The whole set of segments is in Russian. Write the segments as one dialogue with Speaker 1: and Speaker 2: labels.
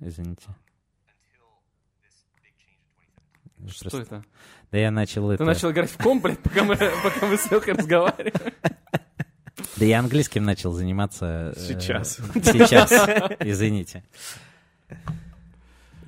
Speaker 1: извините.
Speaker 2: Что
Speaker 1: Просто-
Speaker 2: это?
Speaker 1: Да я начал
Speaker 2: Ты
Speaker 1: это...
Speaker 2: начал играть в ком, блядь, пока мы, пока мы с Лехой разговаривали.
Speaker 1: Да я английским начал заниматься... э,
Speaker 3: Сейчас.
Speaker 1: Сейчас, извините.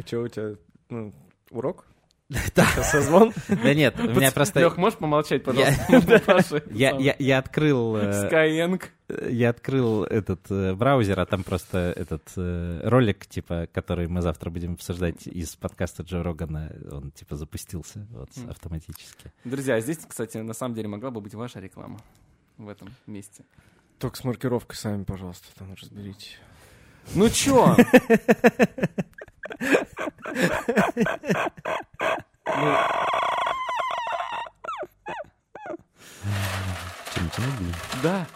Speaker 3: Че у тебя, ну, урок?
Speaker 1: Да.
Speaker 3: Сейчас созвон?
Speaker 1: Да нет, у меня просто...
Speaker 2: Лех, можешь помолчать, пожалуйста? Паша,
Speaker 1: Я,
Speaker 2: там,
Speaker 1: я, я открыл... э,
Speaker 2: Skyeng.
Speaker 1: Э, Я открыл этот э, браузер, а там просто этот э, ролик, типа, который мы завтра будем обсуждать из подкаста Джо Рогана, он типа запустился вот,
Speaker 2: Мгм.
Speaker 1: автоматически.
Speaker 2: Друзья, здесь, кстати, на самом деле могла бы быть ваша реклама в этом месте.
Speaker 3: Только с маркировкой сами, пожалуйста, там разберите.
Speaker 2: Ну чё? Ну, Да.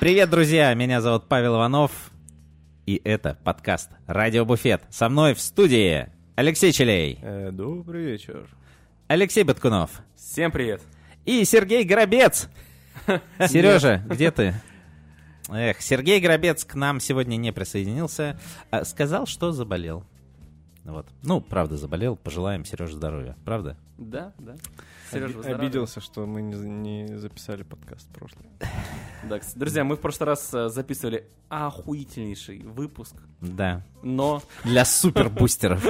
Speaker 1: Привет, друзья! Меня зовут Павел Иванов, и это подкаст «Радио Буфет». Со мной в студии Алексей Челей,
Speaker 3: Э, Добрый вечер.
Speaker 1: Алексей Баткунов
Speaker 2: Всем привет.
Speaker 1: и Сергей Горобец. Сережа, где ты? Эх, Сергей Горобец к нам сегодня не присоединился. а Сказал, что заболел. Вот. Ну, правда, заболел. Пожелаем Сереже здоровья. Правда?
Speaker 2: Да, да.
Speaker 3: Оби-
Speaker 2: Сережа,
Speaker 3: Обиделся, что мы не, не записали подкаст прошлый.
Speaker 2: Да, кс- друзья, мы в прошлый раз э, записывали охуительнейший выпуск,
Speaker 1: Да.
Speaker 2: но
Speaker 1: Для супербустеров.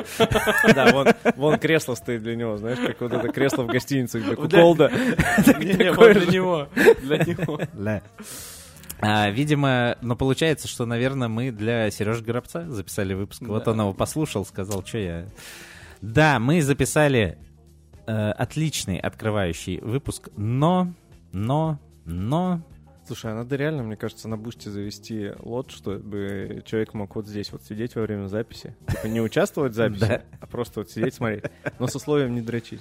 Speaker 3: Да, вон, вон кресло стоит для него, знаешь, как вот это кресло в гостинице, где
Speaker 2: Для-
Speaker 3: куколда.
Speaker 2: Не-не,
Speaker 3: такое
Speaker 2: вот для
Speaker 3: же.
Speaker 2: него. Для него.
Speaker 1: Да. А, видимо, но получается, что, наверное, мы для Сережи Горобца записали выпуск. Вот
Speaker 2: Да.
Speaker 1: он его послушал, сказал, что я... Да, мы записали э, отличный открывающий выпуск, но, но, но...
Speaker 3: Слушай, а надо реально, мне кажется, на бусте завести лот, чтобы человек мог вот здесь вот сидеть во время записи. Типа не участвовать в записи,
Speaker 1: Да.
Speaker 3: а просто вот сидеть смотреть. Но с условием не дрочить.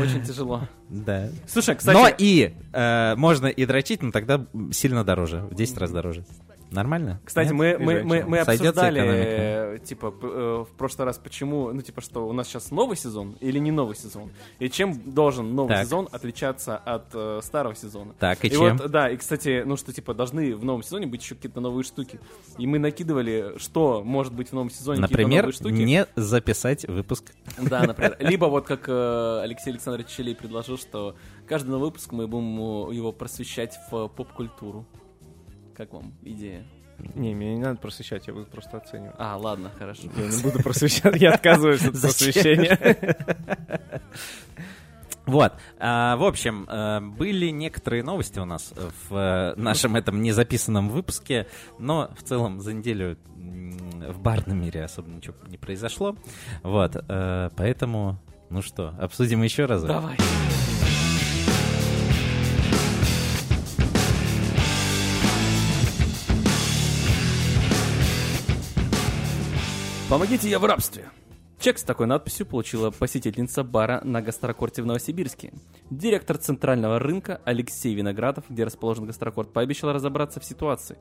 Speaker 2: Очень тяжело.
Speaker 1: Да.
Speaker 2: Слушай,
Speaker 1: Но
Speaker 2: кстати,
Speaker 1: и э, можно и дрочить, но тогда сильно дороже, в 10 раз дороже. Нормально?
Speaker 2: кстати,
Speaker 1: Нет?
Speaker 2: мы,
Speaker 3: Не
Speaker 2: мы, мы,
Speaker 3: женщина.
Speaker 2: мы
Speaker 1: Сойдётся
Speaker 2: обсуждали,
Speaker 1: экономика.
Speaker 2: э, типа, п- э, в прошлый раз, почему, ну, типа, что у нас сейчас новый сезон или не новый сезон, и чем должен новый
Speaker 1: Так.
Speaker 2: сезон отличаться от э, старого сезона.
Speaker 1: Так, и, чем?
Speaker 2: вот, да, и, кстати, ну, что, типа, должны в новом сезоне быть еще какие-то новые штуки. И мы накидывали, что может быть в новом сезоне,
Speaker 1: Например,
Speaker 2: какие-то новые штуки.
Speaker 1: не записать выпуск.
Speaker 2: Да, например. Либо вот как э, Алексей Александрович Челей предложил, что каждый новый выпуск мы будем э, его просвещать в э, поп-культуру. Как вам идея?
Speaker 3: Не, меня не надо просвещать, я буду просто оценивать.
Speaker 2: А, ладно, хорошо.
Speaker 3: Я не буду просвещать, я отказываюсь от
Speaker 1: Зачем?
Speaker 3: просвещения.
Speaker 1: Вот. А, в общем, э, были некоторые новости у нас в э, нашем этом незаписанном выпуске, но в целом за неделю м, в барном мире особо ничего не произошло. Вот. э, Поэтому, ну что, обсудим еще раз.
Speaker 2: Давай. Помогите, я в рабстве. Чек с такой надписью получила посетительница бара на гастрокорте в Новосибирске. Директор центрального рынка Алексей Виноградов, где расположен гастрокорт, пообещал разобраться в ситуации.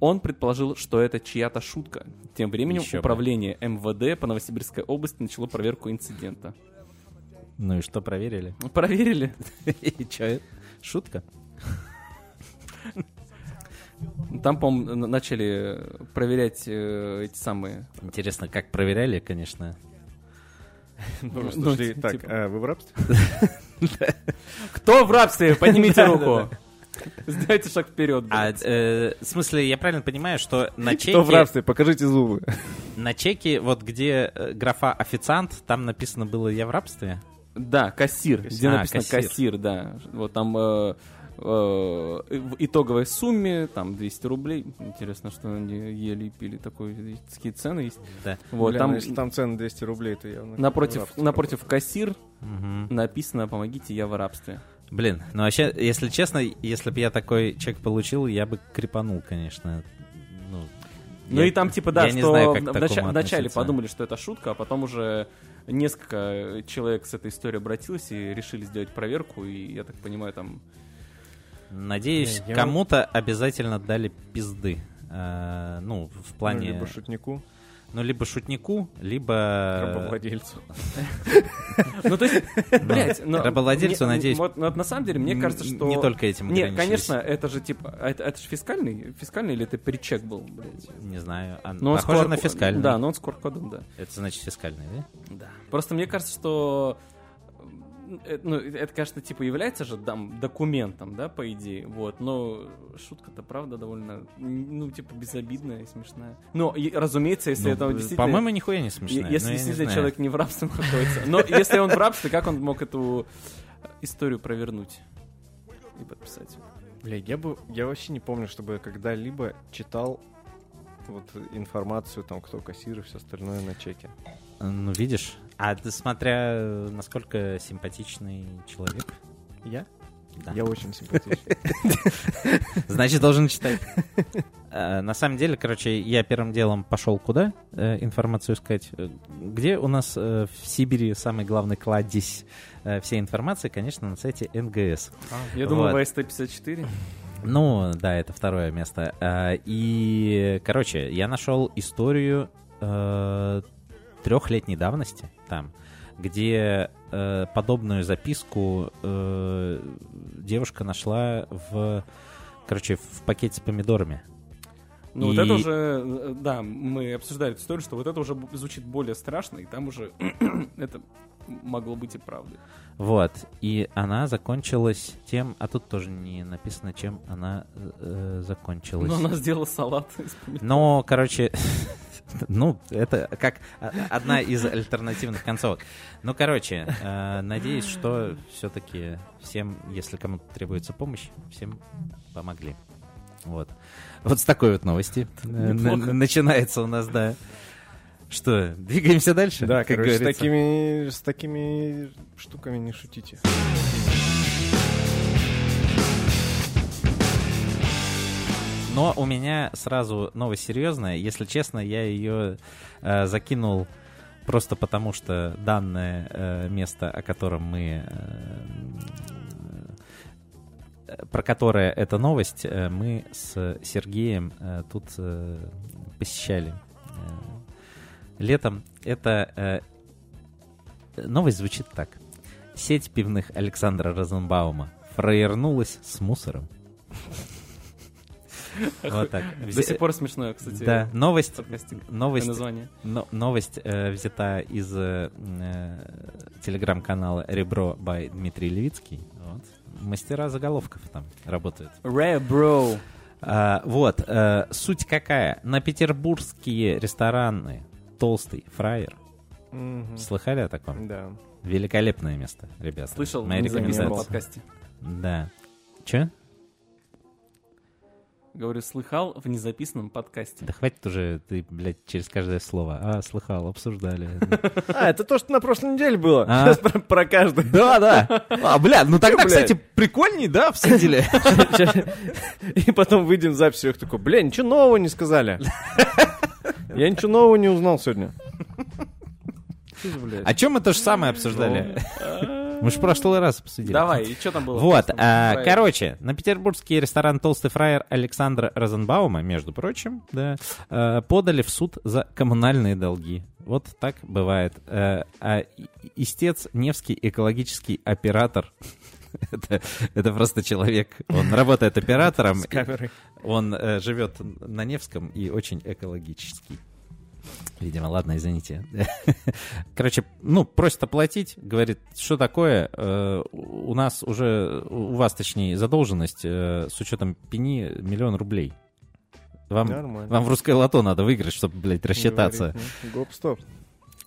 Speaker 2: Он предположил, что это чья-то шутка. Тем временем
Speaker 1: Еще бы.
Speaker 2: управление МВД по Новосибирской области начало проверку инцидента.
Speaker 1: Ну и что, проверили?
Speaker 2: Проверили?
Speaker 1: И че? Шутка?
Speaker 2: Там, по-моему, на- начали э, проверять э, эти самые...
Speaker 1: Интересно, как проверяли, конечно.
Speaker 3: Ну,
Speaker 2: Ну,
Speaker 3: слушай,
Speaker 2: типа-
Speaker 3: Так, а, вы в рабстве?
Speaker 2: Кто в рабстве? Поднимите руку. Сделайте шаг вперед.
Speaker 1: А,
Speaker 2: блядь.
Speaker 1: э, в смысле, я правильно понимаю, что на чеке...
Speaker 3: Кто в рабстве? Покажите зубы.
Speaker 1: На чеке, вот где э, графа официант, там написано было «я в рабстве».
Speaker 2: Да, кассир. Где
Speaker 1: А,
Speaker 2: написано
Speaker 1: кассир.
Speaker 2: кассир, да. Вот там э, э, в итоговой сумме, там 200 рублей. Интересно, что они ели и пили. Такой, такие цены есть.
Speaker 1: Да.
Speaker 2: Вот,
Speaker 3: Бля,
Speaker 2: там
Speaker 3: ну, если там цены 200 рублей, то явно... в
Speaker 2: напротив,
Speaker 3: рабстве.
Speaker 2: напротив кассир
Speaker 1: Мгм.
Speaker 2: написано «Помогите, я в рабстве».
Speaker 1: Блин, ну вообще, если честно, если бы я такой чек получил, я бы крепанул, конечно. Ну,
Speaker 2: Ну
Speaker 1: Я-
Speaker 2: и там типа, да,
Speaker 1: я не
Speaker 2: что
Speaker 1: знаю, как
Speaker 2: в-
Speaker 1: к
Speaker 2: внач-
Speaker 1: такому
Speaker 2: вначале
Speaker 1: относиться.
Speaker 2: подумали, что это шутка, а потом уже несколько человек с этой историей обратилось и решили сделать проверку, и я так понимаю, там...
Speaker 1: Надеюсь,
Speaker 3: Не, я-
Speaker 1: кому-то обязательно дали пизды. Э, ну, в плане... э,
Speaker 3: либо шутнику, а
Speaker 1: Ну, либо шутнику, либо...
Speaker 3: рабовладельцу.
Speaker 2: Ну то есть, блядь... но-
Speaker 1: Рабовладельцу,
Speaker 2: мне-
Speaker 1: надеюсь,
Speaker 2: Вот вот на самом деле, мне
Speaker 1: м,
Speaker 2: кажется, что...
Speaker 1: Не только этим
Speaker 2: Нет,
Speaker 1: ограничились.
Speaker 2: конечно, это же типа... а Это, это же фискальный? Фискальный или это перечек был, блядь?
Speaker 1: Не знаю. а,
Speaker 2: Но он с
Speaker 1: похоже
Speaker 2: QR
Speaker 1: на фискальный.
Speaker 2: Ну, Да, ну. но он с QR-кодом, да.
Speaker 1: Это значит фискальный, да?
Speaker 2: Да. Просто мне кажется, что м, э, ну, это, конечно, типа является же там документом, да, по идее, вот, но шутка-то, правда, довольно, м, ну, типа, безобидная и смешная. Но, и, разумеется, если
Speaker 1: Ну,
Speaker 2: это он действительно...
Speaker 1: По-моему, нихуя не
Speaker 2: е-
Speaker 1: смешно.
Speaker 2: если действительно человек не в рабстве находится. Но если он в рабстве, как он мог эту историю провернуть и подписать?
Speaker 3: Бля, я бы, я вообще не помню, чтобы я когда-либо читал вот информацию, там, кто кассир и все остальное на чеке.
Speaker 1: Ну, видишь. А ты смотря, э, насколько симпатичный человек.
Speaker 3: Я?
Speaker 1: Да.
Speaker 3: Я очень симпатичный.
Speaker 1: Значит, должен читать. Э, На самом деле, короче, я первым делом пошел куда э, информацию искать. Э, Где у нас э, в Сибири самый главный кладезь э, всей информации, конечно, на сайте НГС.
Speaker 2: Я
Speaker 1: думал,
Speaker 2: думаю, ВСТ-54.
Speaker 1: Ну, да, это второе место. А, И, короче, я нашел историю э, трехлетней давности там, где э, подобную записку э, девушка нашла в, короче, в пакете с помидорами.
Speaker 2: Ну
Speaker 1: И-
Speaker 2: вот это уже, э, да, мы обсуждали эту историю, что вот это уже б- звучит более страшно, и там уже это могло быть и правдой.
Speaker 1: Вот. И она закончилась тем, а тут тоже не написано, чем она э, закончилась.
Speaker 2: Но Ну, она сделала салат из помидор.
Speaker 1: Но, короче, ну, это как о- одна из альтернативных концовок. Ну, короче, э, надеюсь, что все-таки всем, если кому-то требуется помощь, всем помогли. Вот. Вот с такой вот новости э, на-
Speaker 2: Неплохо.
Speaker 1: на- начинается у нас, да. Что, двигаемся дальше?
Speaker 3: Да,
Speaker 1: как
Speaker 3: короче, э, с
Speaker 1: говорится?
Speaker 3: такими, с такими штуками не шутите.
Speaker 1: Но у меня сразу новость серьезная. Если честно, я ее э, закинул просто потому, что данное э, место, о котором мы... э, э, про которое эта новость, э, мы с Сергеем э, тут э, посещали э, летом. Это э, новость звучит так. Сеть пивных Александра Розенбаума фраернулась с мусором. Вот так.
Speaker 2: До сих пор смешное, кстати.
Speaker 1: Да, новость,
Speaker 2: подкастинг.
Speaker 1: новость,
Speaker 2: Название.
Speaker 1: но- новость э, взята из э, м, э, телеграм-канала Ребро by Дмитрий Левицкий. Вот. Мастера заголовков там работают.
Speaker 2: Ребро.
Speaker 1: А, вот, э, суть какая. На петербургские рестораны «Толстый фраер».
Speaker 3: Мгм.
Speaker 1: Слыхали о таком?
Speaker 3: Да.
Speaker 1: Великолепное место, ребята.
Speaker 2: Слышал,
Speaker 1: Моя
Speaker 2: не записано в
Speaker 1: рекомендация.
Speaker 2: подкасте.
Speaker 1: Да. Че?
Speaker 2: Говорю, слыхал в незаписанном подкасте.
Speaker 1: Да хватит уже, ты, блядь, через каждое слово. А, слыхал, обсуждали.
Speaker 3: А, это то, что на прошлой неделе было.
Speaker 1: А.
Speaker 3: Сейчас про, про каждый.
Speaker 1: Да, да. А, бля, ну тогда,
Speaker 3: блядь?
Speaker 1: кстати, прикольней, да, обсудили?
Speaker 3: И потом выйдем в запись, и я такой, бля, ничего нового не сказали. Я ничего нового не узнал сегодня. Что за, блядь?
Speaker 1: А чем мы то же самое
Speaker 3: Ну,
Speaker 1: обсуждали? Мы же в прошлый раз обсудили.
Speaker 2: А, Давай, и что там было?
Speaker 1: Вот,
Speaker 2: Там
Speaker 1: а,
Speaker 2: фраер.
Speaker 1: короче, на петербургский ресторан «Толстый фраер» Александра Розенбаума, между прочим, да, э, подали в суд за коммунальные долги. Вот так бывает. Э, А и- истец Невский экологический оператор. Это, это просто человек. Он работает оператором.
Speaker 3: С камерой.
Speaker 1: Он э, живет на Невском и очень экологический. Видимо, ладно, извините. Короче, ну, просит оплатить, говорит, что такое, э, у у нас уже, у вас, точнее, задолженность э, с учетом пени миллион рублей. Вам,
Speaker 3: Нормально.
Speaker 1: вам в русское лото надо выиграть, чтобы, блядь, рассчитаться.
Speaker 3: Говорит, ну, Гоп-стоп.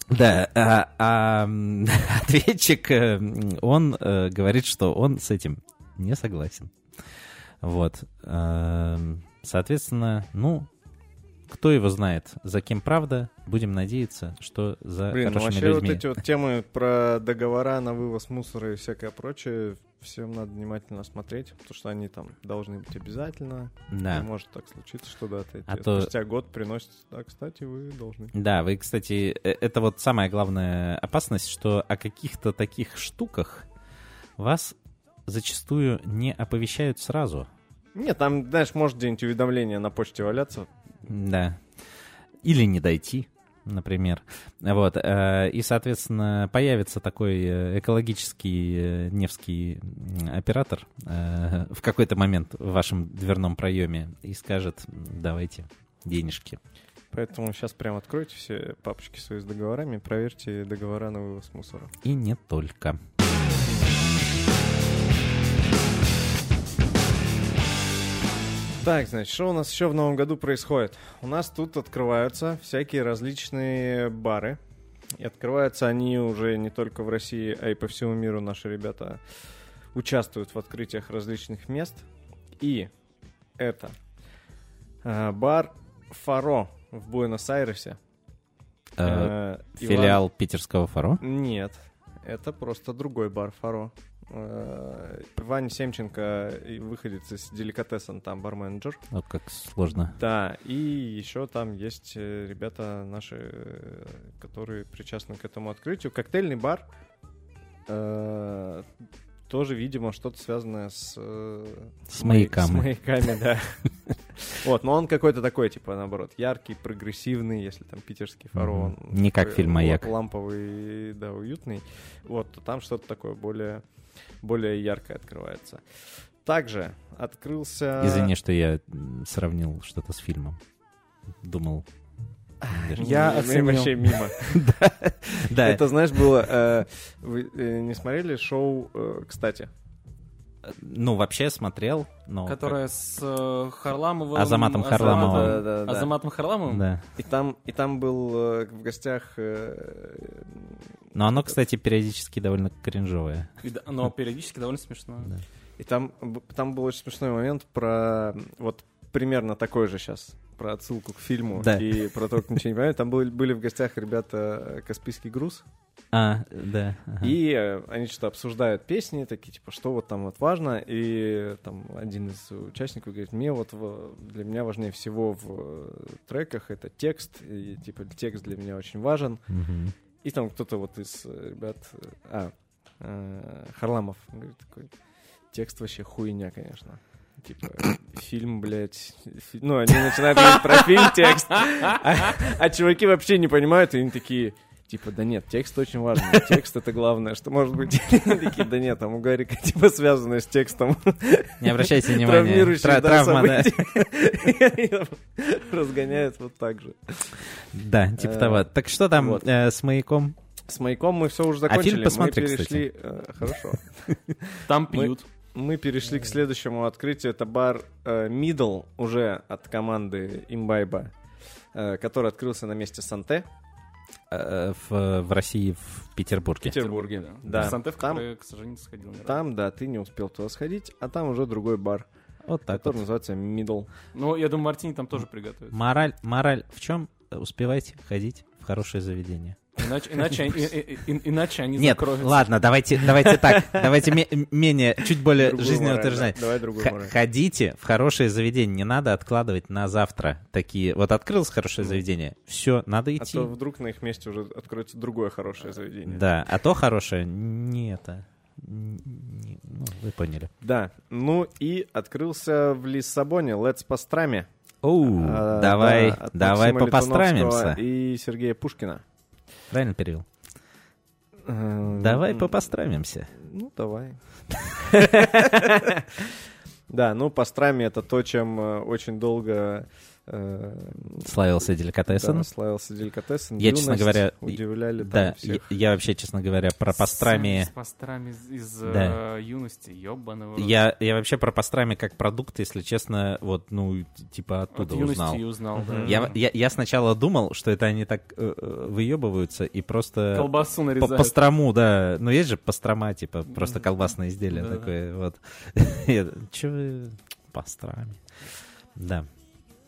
Speaker 1: Да, а, а, м, ответчик, э, м, он э, говорит, что он с этим не согласен. Вот. эм, Соответственно, ну, кто его знает, за кем правда, будем надеяться, что за
Speaker 3: Блин, ну
Speaker 1: Э, хорошими
Speaker 3: вообще вот
Speaker 1: людьми.
Speaker 3: эти вот темы про договора на вывоз мусора и всякое прочее, всем надо внимательно смотреть, потому что они там должны быть обязательно. Не
Speaker 1: Да.
Speaker 3: может так случиться, что да, ты,
Speaker 1: А
Speaker 3: тебе
Speaker 1: то-
Speaker 3: спустя год приносит. А, кстати, вы должны.
Speaker 1: Да, вы, кстати, э, это вот самая главная опасность, что о каких-то таких штуках вас зачастую не оповещают сразу.
Speaker 3: Нет, там, знаешь, может где-нибудь уведомление на почте валяться.
Speaker 1: Да. Или не дойти, например. Вот. э, И, соответственно, появится такой э, экологический э, невский м, оператор э, в какой-то момент в вашем дверном проеме и скажет, «М, давайте денежки.
Speaker 3: Поэтому сейчас прям откройте все папочки свои с договорами, проверьте договора на вывоз мусора.
Speaker 1: И не только.
Speaker 3: Так, значит, что у нас еще в новом году происходит? У нас тут открываются всякие различные бары. И открываются они уже не только в России, а и по всему миру наши ребята участвуют в открытиях различных мест. И это э, бар Фаро в Буэнос-Айресе.
Speaker 1: Э,
Speaker 3: Э, Иван-
Speaker 1: Филиал питерского фаро.
Speaker 3: Нет, это просто другой бар Фаро. Э, Ваня Семченко, и выходец из деликатесен, там барменджер.
Speaker 1: О, как сложно.
Speaker 3: Да, и еще там есть э, ребята наши, э, которые причастны к этому открытию. Коктейльный бар. э, Тоже, видимо, что-то связанное с... э,
Speaker 1: С
Speaker 3: май- С
Speaker 1: маяками.
Speaker 3: маяками, да. Вот, но он какой-то такой, типа, наоборот, яркий, прогрессивный, если там питерский фарон.
Speaker 1: Мгм. Не как фильм «Маяк».
Speaker 3: Ламповый, да, уютный. Вот, то там что-то такое более, более яркое открывается. Также открылся...
Speaker 1: Извини, что я м, сравнил что-то с фильмом. Думал.
Speaker 2: Я
Speaker 3: Мы
Speaker 2: оценил.
Speaker 3: вообще мимо.
Speaker 1: Да,
Speaker 3: Это, знаешь, было... э, Вы э, не смотрели шоу, э, кстати?
Speaker 1: ну вообще смотрел, но...
Speaker 2: Которая с э, Харламовым... а
Speaker 1: Азаматом
Speaker 2: Азаматом-
Speaker 1: Харламовым.
Speaker 3: да,
Speaker 2: Азаматом Харламовым?
Speaker 1: Да.
Speaker 3: И там, и там был э, в гостях... э,
Speaker 1: Но оно, кстати, периодически довольно кринжовое.
Speaker 2: И да- Но периодически довольно смешно.
Speaker 1: Да.
Speaker 3: И там, б- там был очень смешной момент про... м, Вот примерно такой же сейчас про отсылку к фильму
Speaker 1: Да.
Speaker 3: и про то, как ничего не понимают. Там были, были в гостях ребята э, «Каспийский груз»,
Speaker 1: А, да. ага.
Speaker 3: и э, они что-то обсуждают песни, такие, типа, что вот там вот важно, и там один из участников говорит, мне вот в- для меня важнее всего в э, треках это текст, и типа текст для меня очень важен,
Speaker 1: Мгм.
Speaker 3: и там кто-то вот из э, ребят, э, а, э, Харламов, говорит такой, текст вообще хуйня, конечно. Типа, фильм, блядь. фи- Ну, они начинают говорить про фильм текст, а, а чуваки вообще не понимают, и они такие, типа, да нет, текст очень важен, текст это главное, что может быть. Они такие, да нет, там у Гарика, типа, связанное с текстом.
Speaker 1: Не обращайте внимания.
Speaker 3: Травмирующие,
Speaker 1: Тра-
Speaker 3: да,
Speaker 1: Травма, да.
Speaker 3: события. Разгоняют вот так же.
Speaker 1: Да, типа
Speaker 3: Э,
Speaker 1: того. Так что там
Speaker 3: вот.
Speaker 1: э, с маяком?
Speaker 3: С маяком мы все уже
Speaker 1: А фильм
Speaker 3: закончили. мы
Speaker 1: посмотри,
Speaker 3: перешли, э, Хорошо.
Speaker 2: Там
Speaker 3: Мы-
Speaker 2: пьют.
Speaker 3: Мы перешли к следующему открытию. Это бар э, Middle уже от команды Имбайба, э, который открылся на месте Санте
Speaker 1: Э, В, в России, в
Speaker 3: в
Speaker 1: Петербурге.
Speaker 3: Петербурге.
Speaker 2: Да.
Speaker 3: Да.
Speaker 2: Санте, в
Speaker 3: там,
Speaker 2: который, к сожалению, не сходил. ни разу.
Speaker 3: там, да, ты не успел туда сходить, а там уже другой бар,
Speaker 1: Вот так
Speaker 3: который
Speaker 1: вот.
Speaker 3: называется Middle.
Speaker 2: Ну, я думаю, Мартини там тоже приготовит.
Speaker 1: Мораль, мораль в чем? Успевайте ходить в хорошее заведение.
Speaker 2: Иначе, иначе, они- и- и- и- иначе они
Speaker 1: Нет,
Speaker 2: закроются.
Speaker 1: ладно, давайте, давайте так. Давайте ме- менее, чуть более
Speaker 3: Другую мораль,
Speaker 1: жизнеутверждать.
Speaker 3: да. Давай другой
Speaker 1: Х-
Speaker 3: мораль. А
Speaker 1: Ходите в хорошее заведение, не надо откладывать на завтра. Такие, вот открылось хорошее заведение, все, надо
Speaker 3: Ну. А
Speaker 1: идти.
Speaker 3: то вдруг на их месте уже откроется другое хорошее заведение.
Speaker 1: Да, а то хорошее не это. Н- не- ну, вы поняли.
Speaker 3: Да. Ну и открылся в Лиссабоне Let's Pastrami.
Speaker 1: Оу,
Speaker 3: Э,
Speaker 1: давай,
Speaker 3: да, от
Speaker 1: давай
Speaker 3: Максима
Speaker 1: попострамимся.
Speaker 3: Летуновского И Сергея Пушкина.
Speaker 1: Правильно перевел?
Speaker 3: Э,
Speaker 1: Давай
Speaker 3: м,
Speaker 1: попострамимся.
Speaker 3: Ну, давай. Да, ну, пастрами это то, чем э, очень долго э,
Speaker 1: Славился
Speaker 3: да,
Speaker 1: деликатесом.
Speaker 3: славился деликатесен.
Speaker 1: Я, честно
Speaker 3: Юность
Speaker 1: говоря, и-
Speaker 3: удивляли там
Speaker 1: Да, я,
Speaker 3: всех.
Speaker 1: я вообще, честно говоря, про пастрами...
Speaker 2: С, с пастрами из, из,
Speaker 1: Да.
Speaker 2: э, юности, ёбаного.
Speaker 1: Я, я вообще про пастрами как продукт, если честно, вот, ну, типа
Speaker 2: От
Speaker 1: оттуда
Speaker 2: юности
Speaker 1: узнал.
Speaker 2: и узнал, да.
Speaker 3: Мгм.
Speaker 1: Я, я, я сначала думал, что это они так э, э, выебываются и просто э, по,
Speaker 2: Колбасу нарезают.
Speaker 1: по строму, да. Ну, есть же пастрома, типа, просто
Speaker 2: Мгм.
Speaker 1: колбасное изделие
Speaker 2: Да-да-да.
Speaker 1: такое, вот. Я- Чё вы пастрами? Да.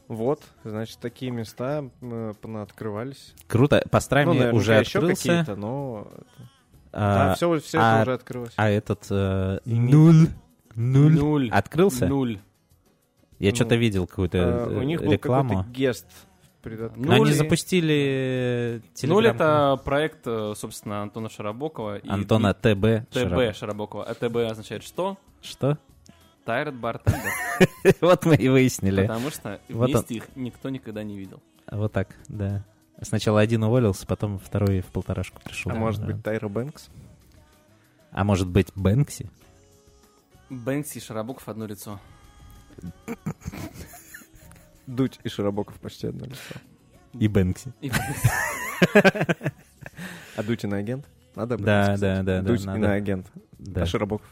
Speaker 3: Вот, значит, такие места э, понаоткрывались.
Speaker 1: Круто.
Speaker 3: Ну,
Speaker 1: Пастрами
Speaker 3: наверняка
Speaker 1: уже
Speaker 3: еще
Speaker 1: открылся.
Speaker 3: какие-то, но...
Speaker 1: А, А,
Speaker 3: Да, все, все
Speaker 1: а-
Speaker 3: это уже открылось.
Speaker 1: а этот э, нуль, нуль,
Speaker 2: Нуль.
Speaker 1: открылся?
Speaker 2: Нуль.
Speaker 1: Я
Speaker 3: Ну,
Speaker 1: что-то видел какую-то
Speaker 3: А,
Speaker 1: э,
Speaker 3: У них был
Speaker 1: рекламу.
Speaker 3: какой-то гест Ну, предоткрыт.
Speaker 1: Но
Speaker 2: Нуль
Speaker 1: они
Speaker 2: и-
Speaker 1: запустили телеграм.
Speaker 2: Нуль — это проект, э, собственно, Антона Шарабокова. и
Speaker 1: Антона ТБ.
Speaker 2: Дмит-
Speaker 1: Шарапова.
Speaker 2: ТБ Шарабокова. А ТБ означает что?
Speaker 1: Что?
Speaker 2: Tired Bartender.
Speaker 1: Вот мы и выяснили.
Speaker 2: Потому что
Speaker 1: Вот
Speaker 2: вместе их никто никогда не видел.
Speaker 1: Вот так, да. Сначала один уволился, потом второй в полторашку пришел.
Speaker 3: А может
Speaker 1: Да.
Speaker 3: быть, Тайра Бэнкс?
Speaker 1: А может быть, Бэнкси?
Speaker 2: Бэнкси и Шарабоков одно лицо.
Speaker 3: Дудь и Широбоков почти одно лицо.
Speaker 1: И Бэнкси.
Speaker 2: И-
Speaker 3: А Дудь иноагент? Надо
Speaker 1: Да,
Speaker 3: сказать.
Speaker 1: да, да, да,
Speaker 3: Дудь
Speaker 1: надо.
Speaker 3: иноагент.
Speaker 1: Да.
Speaker 3: А Широбоков?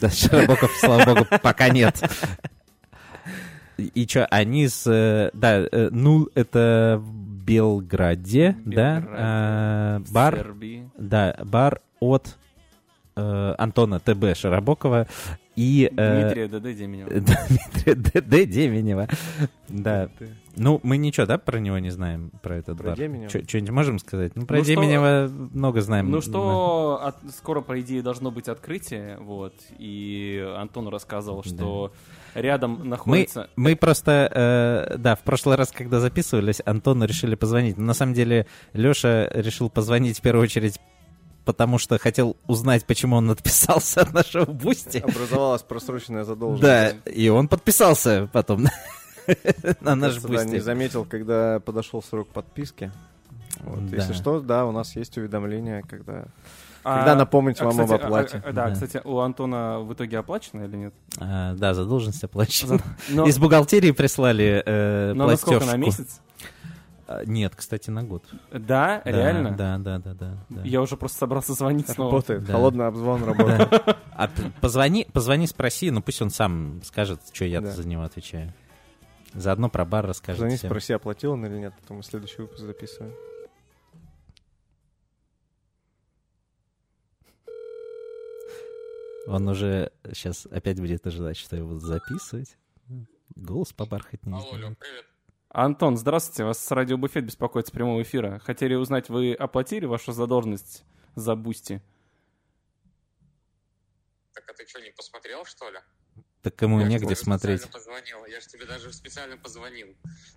Speaker 1: Да, Шарабоков, слава богу, пока нет. И что, они с... э, Да, э, ну, это в Белграде, да?
Speaker 2: Белграде.
Speaker 1: а,
Speaker 2: в
Speaker 1: Бар,
Speaker 2: Сербии.
Speaker 1: да, бар от э, Антона ТБ Шарабокова и... э,
Speaker 2: Дмитрия ДД Деменева.
Speaker 1: Дмитрия Д.Д. Деменева. Да.
Speaker 3: Ты-
Speaker 1: Ну, мы ничего, да, про него не знаем, про этот
Speaker 3: Про
Speaker 1: бар?
Speaker 3: Деменева?
Speaker 1: Что-нибудь можем сказать? Ну, про
Speaker 2: Ну, что-
Speaker 1: Деменева много знаем.
Speaker 2: Ну что, от- скоро, по идее, должно быть открытие, вот, и Антон рассказывал, что рядом
Speaker 1: Мы,
Speaker 2: находится...
Speaker 1: мы просто, э, да, в прошлый раз, когда записывались, Антону решили позвонить. Но на самом деле Леша решил позвонить в первую очередь, потому что хотел узнать, почему он отписался от нашего Бусти.
Speaker 3: Образовалась просроченная задолженность.
Speaker 1: Да, и он подписался потом на наш
Speaker 3: Кажется, да, не
Speaker 1: Бусти.
Speaker 3: заметил, когда подошел срок подписки. Вот,
Speaker 1: Да.
Speaker 3: Если что, да, у нас есть уведомление, когда,
Speaker 2: А-
Speaker 3: когда напомнить
Speaker 2: а,
Speaker 3: вам
Speaker 2: кстати,
Speaker 3: об оплате.
Speaker 2: а- а- да,
Speaker 1: Да.
Speaker 2: кстати, у Антона в итоге оплачено или нет?
Speaker 1: А, Да, задолженность оплачена.
Speaker 2: За- Но,
Speaker 1: Из бухгалтерии прислали э,
Speaker 2: но на сколько, на
Speaker 1: платежку.
Speaker 2: месяц?
Speaker 1: А, Нет, кстати, на год.
Speaker 2: Да,
Speaker 1: Да,
Speaker 2: реально?
Speaker 1: Да, да, да, да. да.
Speaker 2: Я уже просто собрался звонить снова.
Speaker 3: Работает.
Speaker 1: Да.
Speaker 3: Холодный обзвон работает.
Speaker 1: Да. А п- позвони, позвони, спроси, ну пусть он сам скажет, что я
Speaker 3: Да.
Speaker 1: за него отвечаю. Заодно про бар расскажет
Speaker 3: Звони,
Speaker 1: всем.
Speaker 3: спроси, оплатил он или нет, потом мы следующий выпуск записываем.
Speaker 1: Он уже сейчас опять будет ожидать, что его будут записывать. Голос побархать не
Speaker 4: Алло, Лёх, привет.
Speaker 2: Антон, здравствуйте, вас радио Буфет беспокоит с прямого эфира. Хотели узнать, вы оплатили вашу задолженность за Бусти?
Speaker 4: Так а ты что, не посмотрел, что ли?
Speaker 1: Так ему
Speaker 4: Я ж
Speaker 1: негде
Speaker 4: тебе
Speaker 1: смотреть.
Speaker 4: специально позвонил. Я же тебе даже специально позвонил,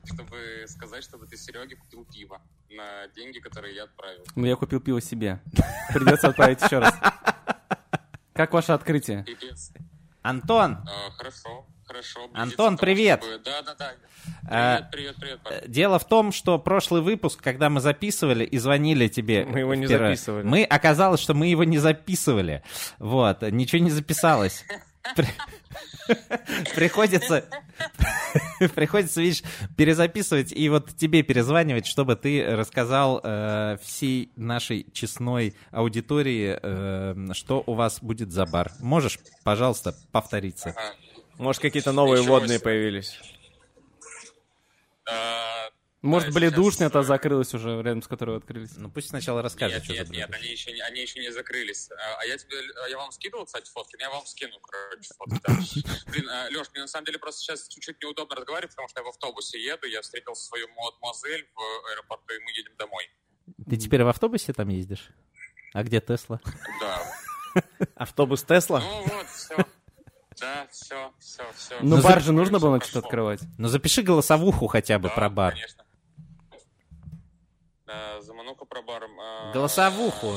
Speaker 4: чтобы сказать, чтобы ты Сереге купил пиво на деньги, которые я отправил.
Speaker 2: Ну, я купил пиво себе. Придется отправить еще раз. Как ваше открытие?
Speaker 4: Пипец.
Speaker 1: Антон,
Speaker 4: А, хорошо, хорошо.
Speaker 1: Антон, привет.
Speaker 4: Да-да-да.
Speaker 1: А,
Speaker 4: Привет, привет, привет. Паш.
Speaker 1: э, дело в том, что прошлый выпуск, когда мы записывали и звонили тебе...
Speaker 3: Мы его не
Speaker 1: впервые,
Speaker 3: записывали.
Speaker 1: Мы оказалось, что мы его не записывали. Вот, ничего не записалось. При- Приходится... Приходится, видишь, перезаписывать и вот тебе перезванивать, чтобы ты рассказал э, всей нашей честной аудитории, э, что у вас будет за бар. Можешь, пожалуйста, повториться?
Speaker 4: Ага.
Speaker 3: Может, какие-то новые
Speaker 4: Ничего
Speaker 3: водные
Speaker 4: себе.
Speaker 3: появились.
Speaker 4: А,
Speaker 2: Может,
Speaker 4: Да, сейчас,
Speaker 2: бледушня-то
Speaker 4: э,
Speaker 2: закрылась а уже, рядом с которой вы открылись?
Speaker 1: Ну пусть сначала расскажет,
Speaker 4: нет,
Speaker 1: что
Speaker 4: нет,
Speaker 1: за
Speaker 4: нет,
Speaker 1: блюдо.
Speaker 4: они еще, не- они еще не закрылись. А, а я тебе, а я вам скидывал, кстати, фотки? Ну, Я вам скину, короче, фотки. да. Блин, Леш, мне на самом деле просто сейчас чуть-чуть неудобно разговаривать, потому что я в автобусе еду, я встретил свою мадемуазель в э, аэропорту, и мы едем домой.
Speaker 1: Ты теперь в автобусе там ездишь? А где Тесла?
Speaker 4: Да.
Speaker 3: Автобус Тесла?
Speaker 4: Ну вот, все. Да, все, все, все.
Speaker 2: Ну,
Speaker 1: Ну,
Speaker 2: бар
Speaker 1: за-
Speaker 2: же нужно было что-то открывать.
Speaker 1: Ну запиши голосовуху хотя бы про бар.
Speaker 4: Конечно. Да, заманука про баром. а,
Speaker 1: Голосовуху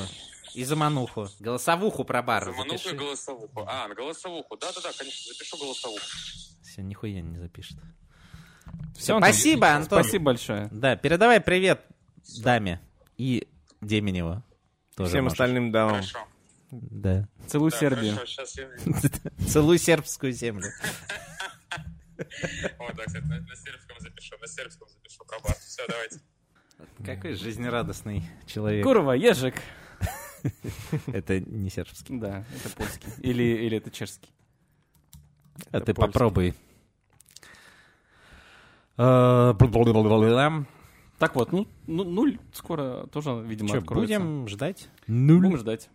Speaker 1: и замануху. Голосовуху про бар
Speaker 4: Заманука и
Speaker 1: запиши.
Speaker 4: голосовуху. А, на голосовуху. Да-да-да, конечно, запишу голосовуху.
Speaker 1: Все, нихуя не запишет.
Speaker 2: Всё, Антон,
Speaker 1: Спасибо, Антон.
Speaker 2: ну, Спасибо большое.
Speaker 1: Да, передавай привет даме и Деменева. Тоже
Speaker 3: Всем
Speaker 1: можешь.
Speaker 3: остальным дамам.
Speaker 4: Хорошо.
Speaker 1: Да.
Speaker 2: Целую
Speaker 4: Да,
Speaker 2: Сербию.
Speaker 4: Хорошо, сейчас я...
Speaker 1: Целуй сербскую землю.
Speaker 4: О, да, кстати, на, на сербском запишу, на сербском запишу про бар. Все, давайте.
Speaker 1: Какой жизнерадостный человек.
Speaker 2: Курва, ежик.
Speaker 1: Это не сербский.
Speaker 2: Да, это польский. Или, или это чешский.
Speaker 1: А
Speaker 3: Это
Speaker 1: ты
Speaker 3: польский.
Speaker 1: попробуй. Э, бл-бл-бл-бл-бл-бл.
Speaker 2: Так вот, ну, ну, нуль скоро тоже, видимо,
Speaker 1: Чё,
Speaker 2: откроется.
Speaker 1: будем ждать?
Speaker 2: Будем ждать.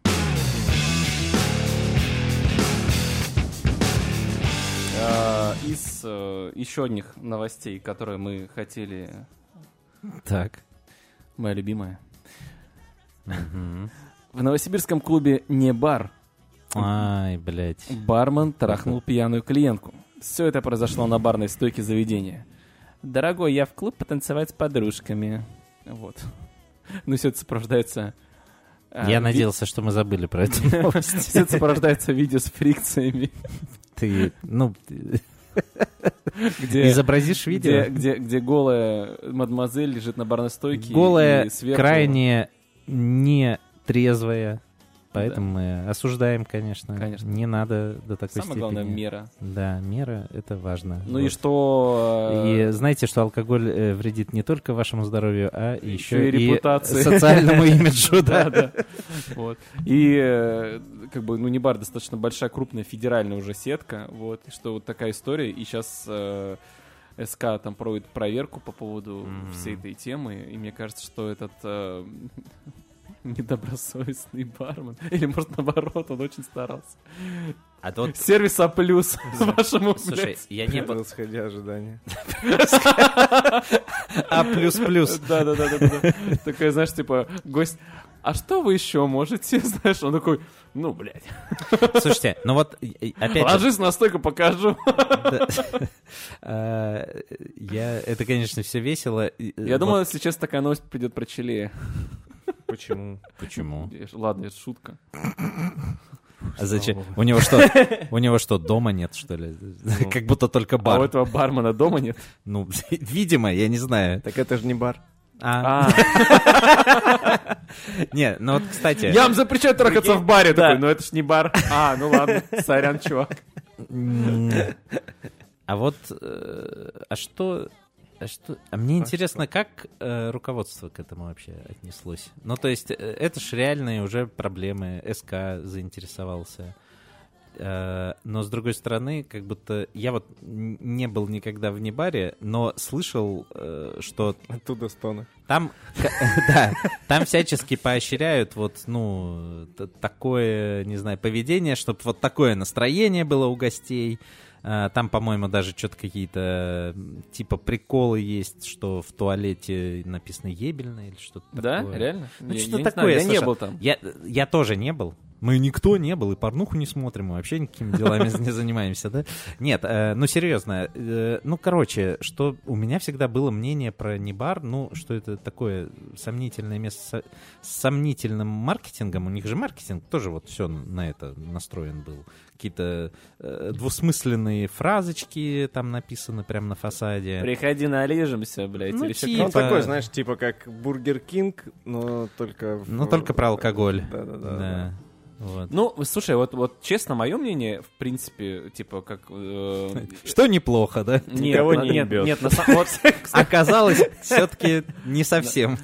Speaker 2: А, Из еще одних новостей, которые мы хотели,
Speaker 1: Так.
Speaker 2: моя любимая. В новосибирском клубе «Не бар»
Speaker 1: Ай, блядь.
Speaker 2: бармен трахнул пьяную клиентку. Все это произошло на барной стойке заведения. «Дорогой, я в клуб потанцевать с подружками». Вот. Ну, все это сопровождается... а,
Speaker 1: Я
Speaker 2: ви-
Speaker 1: надеялся, что мы забыли про эту
Speaker 2: Все это
Speaker 1: новость.
Speaker 2: сопровождается видео с фрикциями,
Speaker 1: Ты, ну, ты
Speaker 2: где...
Speaker 1: изобразишь
Speaker 2: Где,
Speaker 1: видео?
Speaker 2: где, где голая мадемуазель лежит на барной стойке.
Speaker 1: Голая,
Speaker 2: и сверху-
Speaker 1: крайне не трезвая. Поэтому мы осуждаем, конечно.
Speaker 2: Конечно.
Speaker 1: Не надо до такой
Speaker 2: Самая
Speaker 1: степени.
Speaker 2: главная мера.
Speaker 1: Да, мера — это важно.
Speaker 2: Ну и
Speaker 1: Вот.
Speaker 2: что... э,
Speaker 1: И знаете, что алкоголь э, вредит не только вашему здоровью, а еще
Speaker 2: и репутации.
Speaker 1: социальному имиджу.
Speaker 2: Да,
Speaker 1: Да,
Speaker 2: да. Вот. И э, как бы, ну, не бар, достаточно большая, крупная федеральная уже сетка. Вот. И Что вот такая история. И сейчас СК там проводит проверку по поводу
Speaker 1: Мгм.
Speaker 2: всей этой темы. И мне кажется, что этот э, недобросовестный бармен. Или, может, наоборот, он очень старался.
Speaker 1: А тут,
Speaker 2: Сервис А+, плюс вашему,
Speaker 1: слушай,
Speaker 2: блядь.
Speaker 1: я не был...
Speaker 3: Превосходя ожидания.
Speaker 1: А плюс-плюс.
Speaker 2: Да, да, да, да, да. Такая, знаешь, типа, гость. А что вы еще можете? Знаешь, он такой, ну, блядь,
Speaker 1: Слушайте, ну вот и- и опять же,
Speaker 2: ложись на стойку, покажу.
Speaker 1: да. А, я это, конечно, все весело. И, э,
Speaker 2: Я
Speaker 1: вот
Speaker 2: думал, если честно, такая новость придет про Чили.
Speaker 3: Почему?
Speaker 1: почему?
Speaker 2: Ладно, это шутка.
Speaker 1: А зачем? У него что? У него что дома нет что ли? Как будто только
Speaker 2: А у
Speaker 1: бар.
Speaker 2: этого бармена дома нет.
Speaker 1: Ну, видимо, я не знаю.
Speaker 3: Так это же не бар.
Speaker 1: А,
Speaker 2: А,
Speaker 1: не, ну вот, кстати,
Speaker 2: я вам запрещаю трахаться в баре.
Speaker 1: Да.
Speaker 2: Такой, ну это ж не бар. А, ну ладно, сорян, чувак.
Speaker 1: М. А вот, э, а что, а что, а мне интересно, как э, руководство к этому вообще отнеслось? Ну, то есть, э, это ж реальные уже проблемы, СК заинтересовался. Э, Но, с другой стороны, как будто я вот н- не был никогда в Небаре, но слышал, э, что
Speaker 3: Оттуда стоны.
Speaker 1: там, к- да, там всячески поощряют вот, ну, т- такое, не знаю, поведение, чтобы вот такое настроение было у гостей. А, Там, по-моему, даже что-то какие-то м, типа приколы есть, что в туалете написано ебельное или что-то
Speaker 2: Да,
Speaker 1: такое.
Speaker 2: реально?
Speaker 1: Ну,
Speaker 2: Я-
Speaker 1: что-то
Speaker 2: я не
Speaker 1: такое,
Speaker 2: знаю, Я не
Speaker 1: слушай.
Speaker 2: был там.
Speaker 1: Я, я тоже не был. Мы никто не был, и порнуху не смотрим, и вообще никакими делами не занимаемся, да? Нет, э, ну серьезно, э, ну короче, что у меня всегда было мнение про Небар, ну что это такое сомнительное место со- с сомнительным маркетингом, у них же маркетинг тоже вот все на это настроен был. Какие-то э, двусмысленные фразочки там написаны прямо на фасаде.
Speaker 2: Приходи налижемся, блядь.
Speaker 1: Ну,
Speaker 2: или еще
Speaker 1: типа.
Speaker 3: Ну,
Speaker 2: как-то.
Speaker 3: такой, знаешь, типа как Бургер Кинг, но только... в-
Speaker 1: Но Ну, только про алкоголь.
Speaker 3: Да-да-да.
Speaker 1: Да. Вот.
Speaker 2: Ну, слушай, вот, вот честно, мое мнение, в принципе, типа, как... э,
Speaker 1: Что неплохо, да?
Speaker 2: Нет,
Speaker 3: Никого
Speaker 2: на-
Speaker 3: не
Speaker 2: нет,
Speaker 3: ебёт.
Speaker 2: нет, на самом вот,
Speaker 1: Оказалось, все-таки не совсем.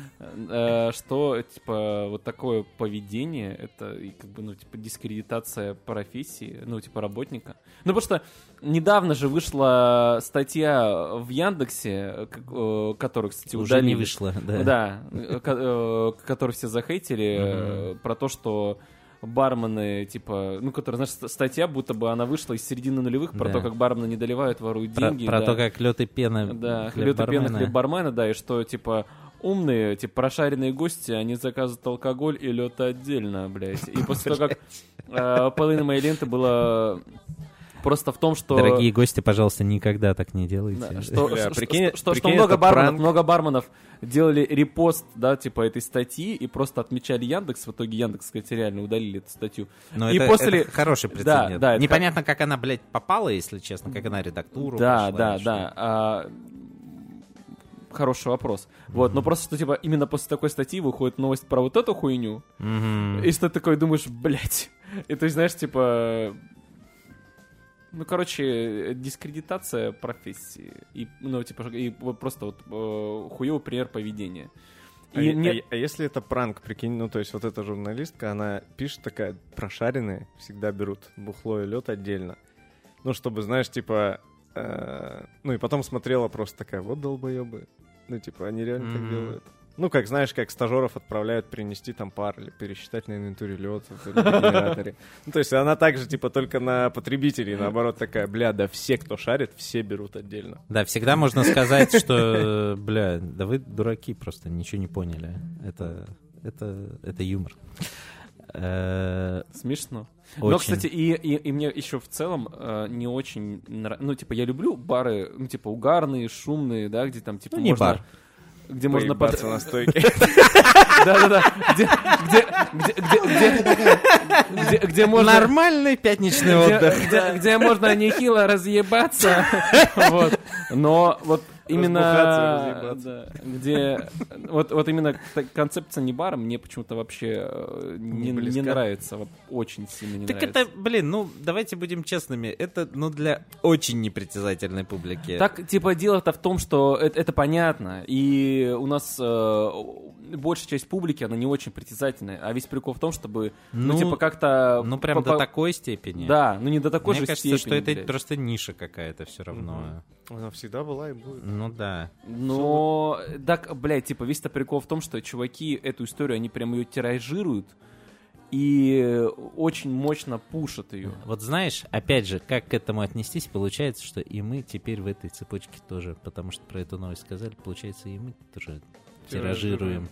Speaker 2: э, что типа вот такое поведение это и как бы ну типа дискредитация профессии, ну типа работника. Ну потому что недавно же вышла статья в Яндексе, к- э, которую, кстати,
Speaker 1: Уже не
Speaker 2: удалили.
Speaker 1: вышло, да.
Speaker 2: Да, э, ко- э, который все захейтили, э, про то, что бармены, типа, ну, которая, знаешь, ст- статья, будто бы она вышла из середины нулевых, про
Speaker 1: Да.
Speaker 2: то, как бармены не доливают, воруют
Speaker 1: Про,
Speaker 2: деньги.
Speaker 1: про
Speaker 2: да.
Speaker 1: то, как лед и пена.
Speaker 2: Да,
Speaker 1: хлеб
Speaker 2: хлеб и пена,
Speaker 1: бармена.
Speaker 2: хлеб бармена, да, и что, типа, умные, типа, прошаренные гости, они заказывают алкоголь и лед отдельно, блядь. И после того, как э, половина моей ленты была просто в том, что...
Speaker 1: Дорогие гости, пожалуйста, никогда так не
Speaker 2: Да,
Speaker 1: делайте.
Speaker 2: Что,
Speaker 3: Бля,
Speaker 2: что- что-
Speaker 3: прикинь-
Speaker 2: что- что
Speaker 3: прикинь,
Speaker 2: много
Speaker 3: это
Speaker 2: барменов,
Speaker 3: пранк.
Speaker 2: много барменов делали репост, да, типа этой статьи и просто отмечали Яндекс. В итоге Яндекс, кстати, реально удалили эту статью.
Speaker 1: Но
Speaker 2: и
Speaker 1: это-
Speaker 2: после-
Speaker 1: это хороший
Speaker 2: Да,
Speaker 1: прецедент.
Speaker 2: да, это-
Speaker 1: Непонятно, как она, блядь, попала, если честно, как она редактуру
Speaker 2: Да,
Speaker 1: прошла,
Speaker 2: да,
Speaker 1: или
Speaker 2: да.
Speaker 1: что.
Speaker 2: А, Хороший вопрос. Вот, но просто, что, типа, именно после такой статьи выходит новость про вот эту хуйню,
Speaker 1: Мгм.
Speaker 2: и что ты такой думаешь, блядь. И ты знаешь, типа... Ну, короче, дискредитация профессии. И, ну, типа, и вот просто вот э, хуёвый пример поведения.
Speaker 3: А,
Speaker 2: И
Speaker 3: е-
Speaker 2: нет-
Speaker 3: а е- а если это пранк, прикинь, ну то есть вот эта журналистка, она пишет такая, прошаренные всегда берут бухло и лед отдельно. Ну, чтобы, знаешь, типа... э, ну и потом смотрела просто такая, вот долбоебы. Ну, типа, они реально так
Speaker 1: Мгм.
Speaker 3: делают. Ну, как знаешь, как стажеров отправляют принести там пар или пересчитать на инвентуре лед в генераторе. Ну, то есть она также, типа, только на потребителей, наоборот, такая, бля, да все, кто шарит, все берут отдельно.
Speaker 1: Да, всегда можно сказать, что, бля, да вы дураки просто, ничего не поняли. Это, это, это юмор. Э,
Speaker 2: Смешно. Но,
Speaker 1: очень.
Speaker 2: кстати, и, и, и мне еще в целом э, не очень нравится. Ну, типа, я люблю бары, ну, типа, угарные, шумные, да, где там, типа,
Speaker 1: Ну, не
Speaker 2: можно-
Speaker 1: бар.
Speaker 2: Где можно под-
Speaker 3: Поебаться на стойке.
Speaker 2: Да-да-да. Где, где, где, где, где, где, где можно...
Speaker 1: Нормальный пятничный
Speaker 2: где,
Speaker 1: отдых.
Speaker 2: где- где можно нехило разъебаться. Вот. Но вот именно...
Speaker 3: Разбухаться, разъебаться.
Speaker 2: да, Где... Вот, вот именно та- концепция не бара мне почему-то вообще э, не,
Speaker 3: Не
Speaker 2: не
Speaker 3: близка.
Speaker 2: нравится. Вот очень сильно не
Speaker 1: Так
Speaker 2: нравится.
Speaker 1: это, блин, ну давайте будем честными, это ну для очень непритязательной публики.
Speaker 2: Так, типа, дело-то в том, что э- это, понятно, и у нас э, большая часть публики, она не очень притязательная, а весь прикол в том, чтобы, ну,
Speaker 1: Ну,
Speaker 2: типа, как-то...
Speaker 1: ну прям
Speaker 2: попа-
Speaker 1: до такой степени.
Speaker 2: Да, ну не до такой
Speaker 1: Мне
Speaker 2: же
Speaker 1: кажется,
Speaker 2: степени,
Speaker 1: что это
Speaker 2: блядь.
Speaker 1: просто ниша какая-то все равно.
Speaker 3: Она всегда была и будет.
Speaker 1: Ну да.
Speaker 2: Но, так, блядь, типа, весь-то прикол в том, что чуваки эту историю, они прям ее тиражируют и очень мощно пушат ее.
Speaker 1: Вот знаешь, опять же, как к этому отнестись, получается, что и мы теперь в этой цепочке тоже, потому что про эту новость сказали, получается, и мы тоже тиражируем.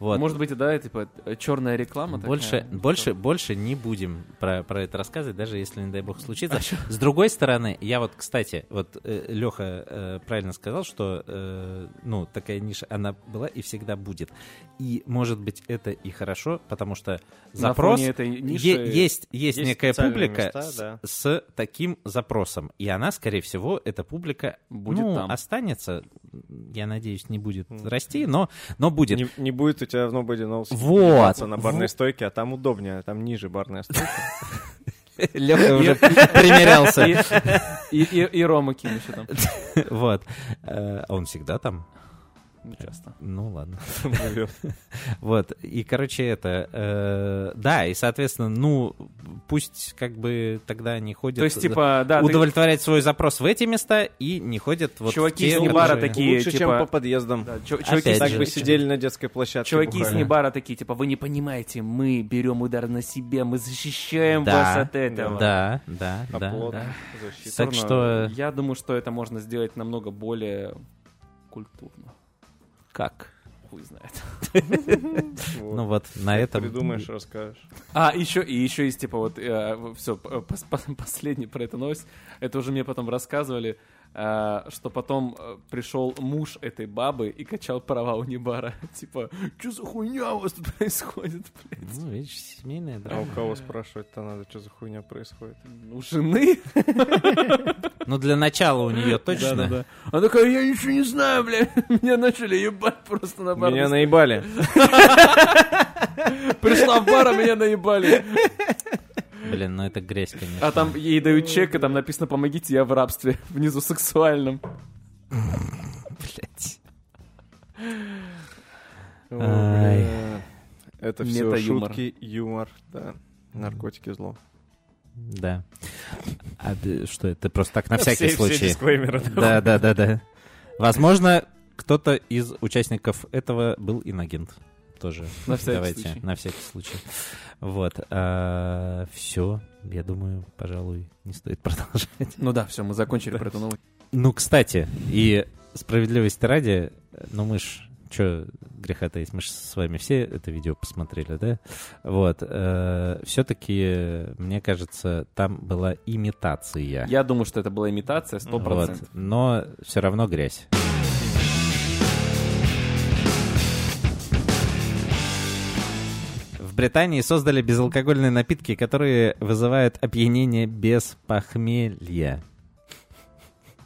Speaker 1: Вот.
Speaker 2: Может быть, да, типа, черная реклама такая. «Ну,
Speaker 1: больше, больше, больше не будем про, про это рассказывать, даже если, не дай бог, случится. С другой стороны, я вот, кстати, вот Леха правильно сказал, что э, ну, такая ниша, она была и всегда будет. И, может быть, это и хорошо, потому что
Speaker 2: На
Speaker 1: запрос...
Speaker 2: фоне этой ниши...
Speaker 1: Е- есть, есть,
Speaker 3: есть
Speaker 1: некая
Speaker 3: специальные
Speaker 1: публика
Speaker 3: места,
Speaker 1: с,
Speaker 3: да.
Speaker 1: с таким запросом. И она, скорее всего, эта публика
Speaker 2: Будет
Speaker 1: ну,
Speaker 2: там.
Speaker 1: останется. Я надеюсь, не будет расти, но, но будет.
Speaker 3: Не, не будет у тебя в нободе ноусе
Speaker 1: Вот.
Speaker 3: ебаться на барной
Speaker 1: Вот.
Speaker 3: стойке, а там удобнее, там ниже барная стойка.
Speaker 1: Леха уже примерялся.
Speaker 2: И, и, и, и Рома Ким еще там.
Speaker 1: Вот. Э, А он всегда там.
Speaker 2: Часто.
Speaker 1: Ну ладно.
Speaker 3: Там живёт.
Speaker 1: Вот. И, короче, это... э, Да, и, соответственно, ну, пусть как бы тогда не ходят...
Speaker 2: То есть, типа, да, ты-
Speaker 1: удовлетворять свой запрос в эти места и не ходят вот в
Speaker 2: Чуваки
Speaker 1: те,
Speaker 2: из
Speaker 1: которые-
Speaker 2: Небара такие,
Speaker 3: Лучше, чем
Speaker 2: типа-
Speaker 3: по подъездам.
Speaker 2: да, чу- чуваки,
Speaker 1: Опять
Speaker 2: так
Speaker 3: Так
Speaker 1: же.
Speaker 2: бы
Speaker 3: бы
Speaker 2: сидели.
Speaker 3: сидели на детской площадке.
Speaker 2: Чуваки из
Speaker 3: бухали.
Speaker 2: Небара такие, типа, вы не понимаете, мы берем удар на себя, мы защищаем
Speaker 1: Да,
Speaker 2: вас от этого.
Speaker 1: Да, да, да.
Speaker 3: Оплот,
Speaker 2: да.
Speaker 3: защита.
Speaker 1: Так что
Speaker 2: Я думаю, что это можно сделать намного более культурно.
Speaker 1: как?
Speaker 2: Хуй знает.
Speaker 3: Вот.
Speaker 1: Ну вот на этом.
Speaker 3: Придумаешь, расскажешь.
Speaker 2: А, еще, и еще есть, типа, вот, все, последний про эту новость. Это уже мне потом рассказывали, э, что потом э, пришел муж этой бабы и качал права у Небара. Типа, что за хуйня у вас тут происходит, блядь?
Speaker 1: Ну, видишь, семейная
Speaker 3: А у
Speaker 1: драма.
Speaker 3: кого спрашивать-то надо, что за хуйня происходит?
Speaker 2: У жены?
Speaker 1: Ну, для начала у нее точно.
Speaker 2: Да-да-да. Она такая, я ничего не знаю, бля. Меня начали ебать просто на бар.
Speaker 3: Меня наебали.
Speaker 2: Пришла в бар, а меня наебали.
Speaker 1: Блин, ну это грязь, конечно.
Speaker 2: А там ей дают чек, и там написано «Помогите, я в рабстве». Внизу сексуальном.
Speaker 1: Блядь.
Speaker 3: О,
Speaker 1: Ай.
Speaker 3: бля. Это все
Speaker 2: Мета-юмор.
Speaker 3: шутки, юмор, да. Наркотики зло.
Speaker 1: Да. А ты- что это? Просто так на всякий
Speaker 3: Все- все
Speaker 1: случай.
Speaker 3: дисклеймеры,
Speaker 1: Да, да, да, да. Возможно, кто-то из участников этого был инагент тоже.
Speaker 2: На всякий
Speaker 1: Давайте,
Speaker 2: случай.
Speaker 1: на всякий случай. Вот. все. Я думаю, пожалуй, не стоит продолжать.
Speaker 2: Ну да, все, мы закончили про эту новость.
Speaker 1: Ну, кстати, и справедливости ради, ну мы ж, что греха таить, мы же с вами все это видео посмотрели, да? Вот. все-таки, мне кажется, там была имитация.
Speaker 2: Я думаю, что это была имитация, сто
Speaker 1: Вот.
Speaker 2: процентов.
Speaker 1: Но все равно грязь. В Британии создали безалкогольные напитки, которые вызывают опьянение без похмелья.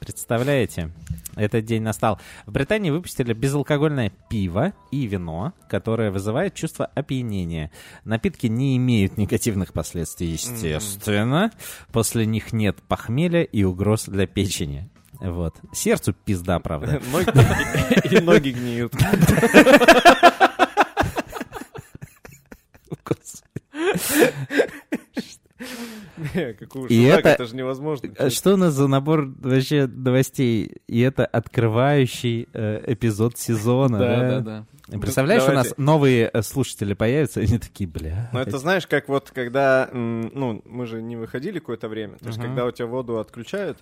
Speaker 1: Представляете? Этот день настал. В Британии выпустили безалкогольное пиво и вино, которое вызывает чувство опьянения. Напитки не имеют негативных последствий, естественно. После них нет похмелья и угроз для печени. Вот. Сердцу пизда, правда.
Speaker 3: Ноги- И ноги гниют. Бля, Какого
Speaker 1: И
Speaker 3: шутак,
Speaker 1: это-
Speaker 3: это же невозможно.
Speaker 1: А Что у нас за набор вообще новостей? И это открывающий э, эпизод сезона.
Speaker 2: Да, да, да.
Speaker 1: Представляешь, у
Speaker 3: Давайте.
Speaker 1: нас новые э, слушатели появятся, и они такие, бля.
Speaker 3: Ну, это знаешь, как вот когда, м, ну, мы же не выходили какое-то время, то есть
Speaker 1: Мгм.
Speaker 3: когда у тебя воду отключают,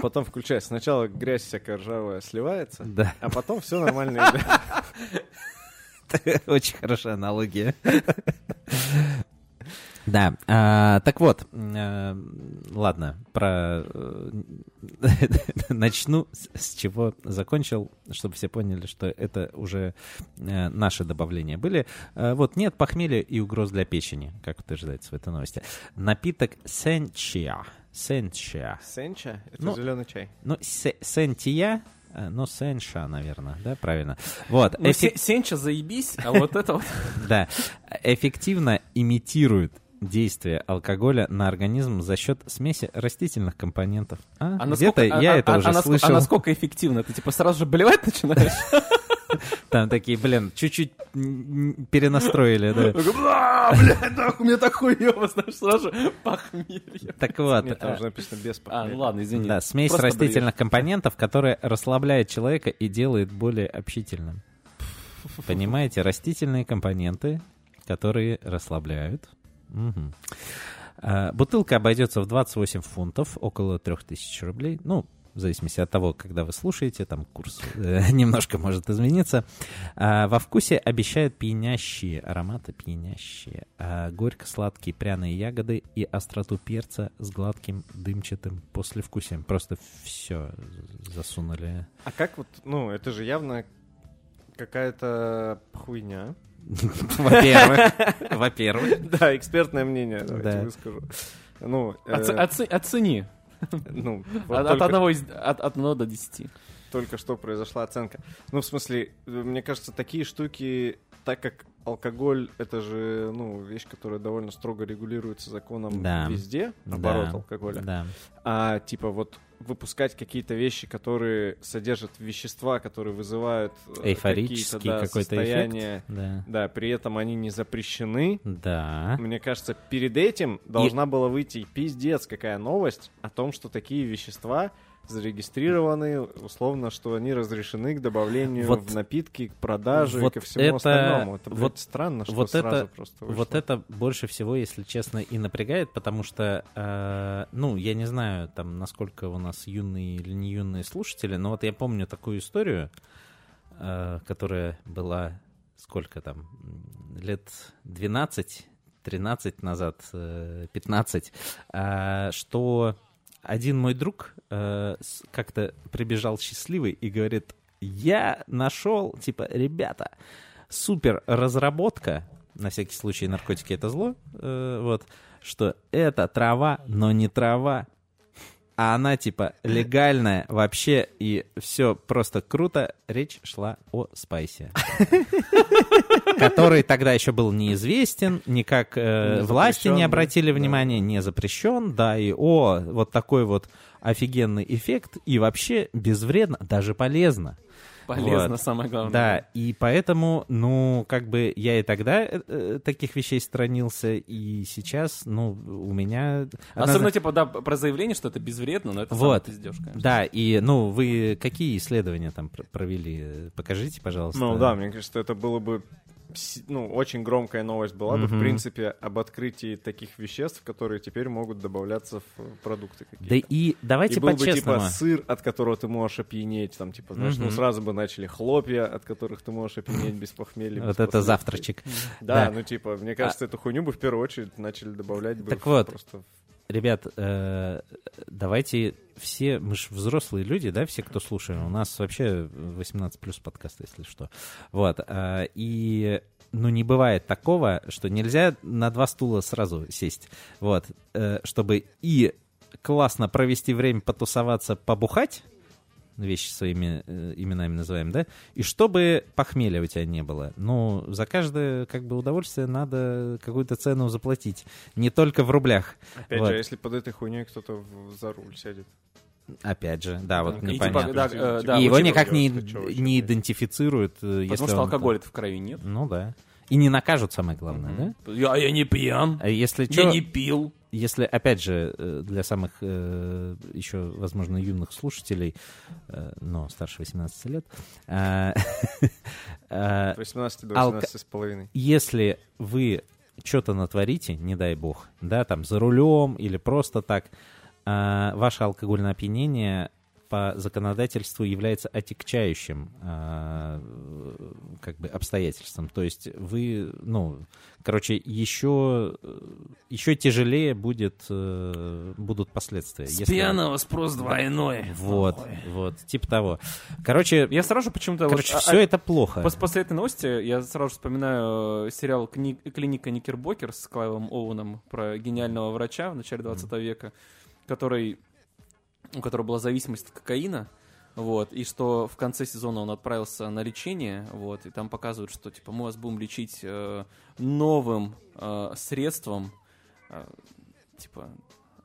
Speaker 3: потом включают, сначала грязь всякая ржавая сливается,
Speaker 1: Да,
Speaker 3: а потом все нормально идет.
Speaker 1: очень хорошая аналогия. Да, а, так вот, э, ладно, про э, начну с, с чего закончил, чтобы все поняли, что это уже э, наши добавления были. Э, вот нет похмелья и угроз для печени, как утверждается в этой новости. Напиток сенчия, сенчия,
Speaker 3: Сенча? Это
Speaker 1: Ну,
Speaker 3: зеленый чай.
Speaker 1: ну се- сентия, э, но сенша, наверное, да, правильно. Вот,
Speaker 2: Ну,
Speaker 1: эффек-
Speaker 2: Се- Сенча, заебись, а вот это вот...
Speaker 1: Да. Эффективно имитирует действие алкоголя на организм за счет смеси растительных компонентов. А,
Speaker 2: А
Speaker 1: где-то
Speaker 2: насколько- а-
Speaker 1: я
Speaker 2: а-
Speaker 1: это
Speaker 2: а-
Speaker 1: уже
Speaker 2: а наск-
Speaker 1: слышал.
Speaker 2: А насколько эффективно? Ты типа сразу же блевать начинаешь?
Speaker 1: Там такие, блин, чуть-чуть м, м, перенастроили, да.
Speaker 2: Бля, нахуй, у меня так хуёво, знаешь, сразу же похмелье.
Speaker 1: Так вот,
Speaker 3: Нет, там
Speaker 1: а,
Speaker 3: же написано без
Speaker 2: А,
Speaker 3: похмелья.
Speaker 2: ну ладно, извини.
Speaker 1: да, смесь
Speaker 2: Просто
Speaker 1: растительных компонентов, которая расслабляет человека и делает более общительным. Понимаете, растительные компоненты, которые расслабляют. Мгм. А, Бутылка обойдется в 28 фунтов, около 3000 рублей. Ну, в зависимости от того, когда вы слушаете, там курс э, немножко может измениться. А, Во вкусе обещают пьянящие ароматы, пьянящие, а, горько-сладкие пряные ягоды и остроту перца с гладким дымчатым послевкусием. Просто все засунули.
Speaker 3: А как вот, ну, это же явно какая-то хуйня.
Speaker 1: Во-первых, во-первых.
Speaker 3: Да, экспертное мнение, давайте
Speaker 1: Да.
Speaker 3: выскажу. Ну, э,
Speaker 2: Оце- оце- Оцени.
Speaker 3: ну, вот
Speaker 2: От от
Speaker 3: только-
Speaker 2: одного из- от от одного до десяти.
Speaker 3: только что произошла оценка. Ну, в смысле, э, мне кажется, такие штуки, так как алкоголь — это же, ну, вещь, которая довольно строго регулируется законом
Speaker 1: Да.
Speaker 3: везде, оборот
Speaker 1: Да.
Speaker 3: алкоголя.
Speaker 1: Да.
Speaker 3: А, типа, вот выпускать какие-то вещи, которые содержат вещества, которые вызывают э,
Speaker 1: Эйфорический
Speaker 3: какие-то, да,
Speaker 1: какой-то эффект.
Speaker 3: состояния,
Speaker 1: Да.
Speaker 3: да, при этом они не запрещены.
Speaker 1: Да.
Speaker 3: Мне кажется, перед этим должна была выйти пиздец какая новость о том, что такие вещества зарегистрированы, условно, что они разрешены к добавлению
Speaker 1: Вот-
Speaker 3: в напитки, к продаже
Speaker 1: вот
Speaker 3: и ко всему
Speaker 1: это-
Speaker 3: остальному. Это, блядь,
Speaker 1: вот-
Speaker 3: странно, что
Speaker 1: вот
Speaker 3: сразу
Speaker 1: это-
Speaker 3: просто вышло.
Speaker 1: Вот это больше всего, если честно, и напрягает, потому что, э, ну, я не знаю, там, насколько у нас юные или не юные слушатели, но вот я помню такую историю, э, которая была сколько там, м, лет 12, 13 назад, э, 15, а, что один мой друг э, с- как-то прибежал счастливый и говорит, я нашел, типа, ребята, супер разработка, на всякий случай наркотики это зло, э, вот, что это трава, но не трава, а она типа легальная вообще, и все просто круто. Речь шла о спайсе. Который тогда еще был неизвестен, никак э,
Speaker 3: Не
Speaker 1: власти
Speaker 3: запрещен,
Speaker 1: не
Speaker 3: да?
Speaker 1: обратили
Speaker 3: Да.
Speaker 1: внимания, не запрещен, да, и о, вот такой вот офигенный эффект, и вообще безвредно, даже полезно.
Speaker 2: Полезно,
Speaker 1: Вот.
Speaker 2: самое главное.
Speaker 1: Да, и поэтому, ну, как бы я и тогда э, э, таких вещей странился, и сейчас, ну, у меня...
Speaker 2: Особенно, типа, да, про заявление, что это безвредно, но это
Speaker 1: Вот.
Speaker 2: самая пиздёж, конечно.
Speaker 1: Да, и, ну, вы какие исследования там пр- провели? Покажите, пожалуйста.
Speaker 3: Ну да, мне кажется, это было бы пси- ну, очень громкая новость была бы, в
Speaker 1: Мгм.
Speaker 3: принципе, об открытии таких веществ, которые теперь могут добавляться в э, продукты какие-то.
Speaker 1: Да и давайте
Speaker 3: и был бы,
Speaker 1: по-честному.
Speaker 3: типа, сыр, от которого ты можешь опьянеть, там, типа, знаешь, ну,
Speaker 1: Мгм.
Speaker 3: сразу бы начали хлопья, от которых ты можешь опьянеть без похмелья. без
Speaker 1: вот это
Speaker 3: последствий.
Speaker 1: завтрачек.
Speaker 3: Да,
Speaker 1: Да. А
Speaker 3: ну, типа, мне кажется, эту хуйню бы в первую очередь начали добавлять бы
Speaker 1: Так
Speaker 3: в-
Speaker 1: вот.
Speaker 3: просто... в-
Speaker 1: Ребят, э, давайте все, мы же взрослые люди, да, все, кто слушает, у нас вообще 18 плюс подкаст, если что. Вот, э, и, ну, не бывает такого, что нельзя на два стула сразу сесть, вот, э, чтобы и классно провести время, потусоваться, побухать, вещи своими э, именами называем, да, и чтобы похмелья у тебя не было. Ну, за каждое, как бы, удовольствие надо какую-то цену заплатить, не только в рублях.
Speaker 3: Опять
Speaker 1: Вот.
Speaker 3: же, а если под этой хуйней кто-то в- за руль сядет.
Speaker 1: Опять же, да, вот
Speaker 3: Там
Speaker 2: И
Speaker 1: непонятно.
Speaker 2: типа, да, э, да,
Speaker 1: и
Speaker 2: ну,
Speaker 1: его
Speaker 2: типа,
Speaker 1: никак не,
Speaker 3: делать-то, чё вообще,
Speaker 1: не
Speaker 3: блядь?
Speaker 1: идентифицируют, э, если
Speaker 2: Потому что
Speaker 1: он там-
Speaker 2: алкоголя в крови нет.
Speaker 1: Ну да. И не накажут, самое главное,
Speaker 3: Мгм.
Speaker 1: да?
Speaker 2: Я, я не пьян.
Speaker 1: А если
Speaker 2: Я
Speaker 1: чё-
Speaker 2: не пил.
Speaker 1: если опять же э, для самых э, еще, возможно, юных слушателей, э, но старше 18 лет, э, э,
Speaker 3: От 18 до
Speaker 1: Алко-
Speaker 3: 18 с половиной.
Speaker 1: если вы что-то натворите, не дай бог, да, там за рулем или просто так, а, ваше алкогольное опьянение по законодательству является отягчающим а, как бы обстоятельством. То есть вы, ну, короче, еще, еще тяжелее будет, э, будут последствия.
Speaker 2: С
Speaker 1: если-
Speaker 2: пьяного спрос двойной.
Speaker 1: Вот, вот, типа того. Короче,
Speaker 2: Я сразу же почему-то... вот,
Speaker 1: короче
Speaker 2: а-
Speaker 1: все
Speaker 2: а-
Speaker 1: это плохо.
Speaker 2: пос- После этой новости я сразу же вспоминаю э, сериал «Кни- «Клиника Никербокер» с Клайвом Оуэном про гениального врача в начале 20 века, который, у которого была зависимость от кокаина, вот, и что в конце сезона он отправился на лечение, вот, и там показывают, что, типа, мы вас будем лечить э, новым э, средством, э, типа,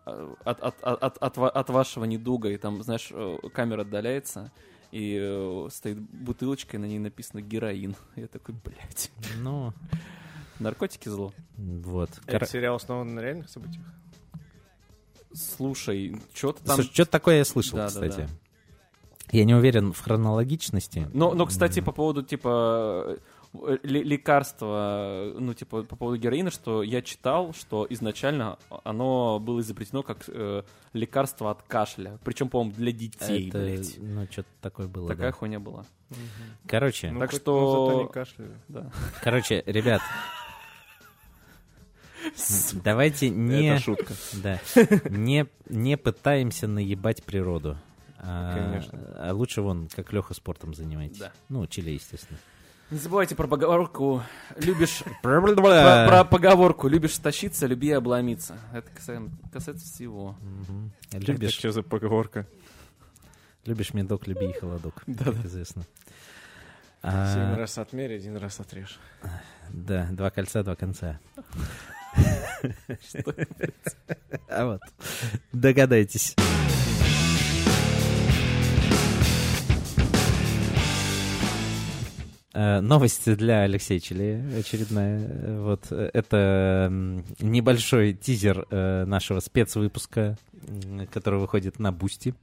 Speaker 2: э, от, от- от- от- от ва- от вашего недуга, и там, знаешь, э, камера отдаляется, и э, стоит бутылочка, и на ней написано героин. Я такой, блядь,
Speaker 1: Ну,
Speaker 2: наркотики зло.
Speaker 1: вот.
Speaker 3: Этот сериал основан на реальных событиях?
Speaker 2: Слушай, что-то там...
Speaker 1: Что-то такое я слышал,
Speaker 2: Да, да,
Speaker 1: кстати.
Speaker 2: да.
Speaker 1: Я не уверен в хронологичности.
Speaker 2: Но, но, кстати, по поводу, типа, э, ле- лекарства, ну, типа, по поводу героина, что я читал, что изначально оно было изобретено как э, лекарство от кашля. Причем, по-моему, для детей,
Speaker 1: Это,
Speaker 2: блядь.
Speaker 1: ну, что-то такое было.
Speaker 2: Такая
Speaker 1: да.
Speaker 2: хуйня была.
Speaker 1: Короче,
Speaker 3: Ну,
Speaker 2: Так
Speaker 3: хоть-
Speaker 2: что-
Speaker 3: ну, зато не кашляю.
Speaker 2: Да.
Speaker 1: короче, ребят, давайте не...
Speaker 3: Это шутка.
Speaker 1: Да. Не, не пытаемся наебать природу. А,
Speaker 3: Конечно.
Speaker 1: а лучше вон, как Леха спортом занимайтесь.
Speaker 2: Да.
Speaker 1: Ну, Чили, естественно.
Speaker 2: Не забывайте про поговорку «Любишь
Speaker 1: А,
Speaker 2: Про, про поговорку «любишь тащиться, люби и обломиться». Это касаем- касается всего.
Speaker 1: Мгм.
Speaker 3: Это
Speaker 1: Любишь,
Speaker 3: что за поговорка?
Speaker 1: любишь медок, люби и холодок. как известно. А,
Speaker 3: Семь раз отмерь, один раз отрежь.
Speaker 1: да, два кольца, два конца. А вот, догадайтесь. Э, Новость для Алексея Чили очередная. Э, Вот э, это м, небольшой тизер э, нашего спецвыпуска, м, который выходит на Бусти.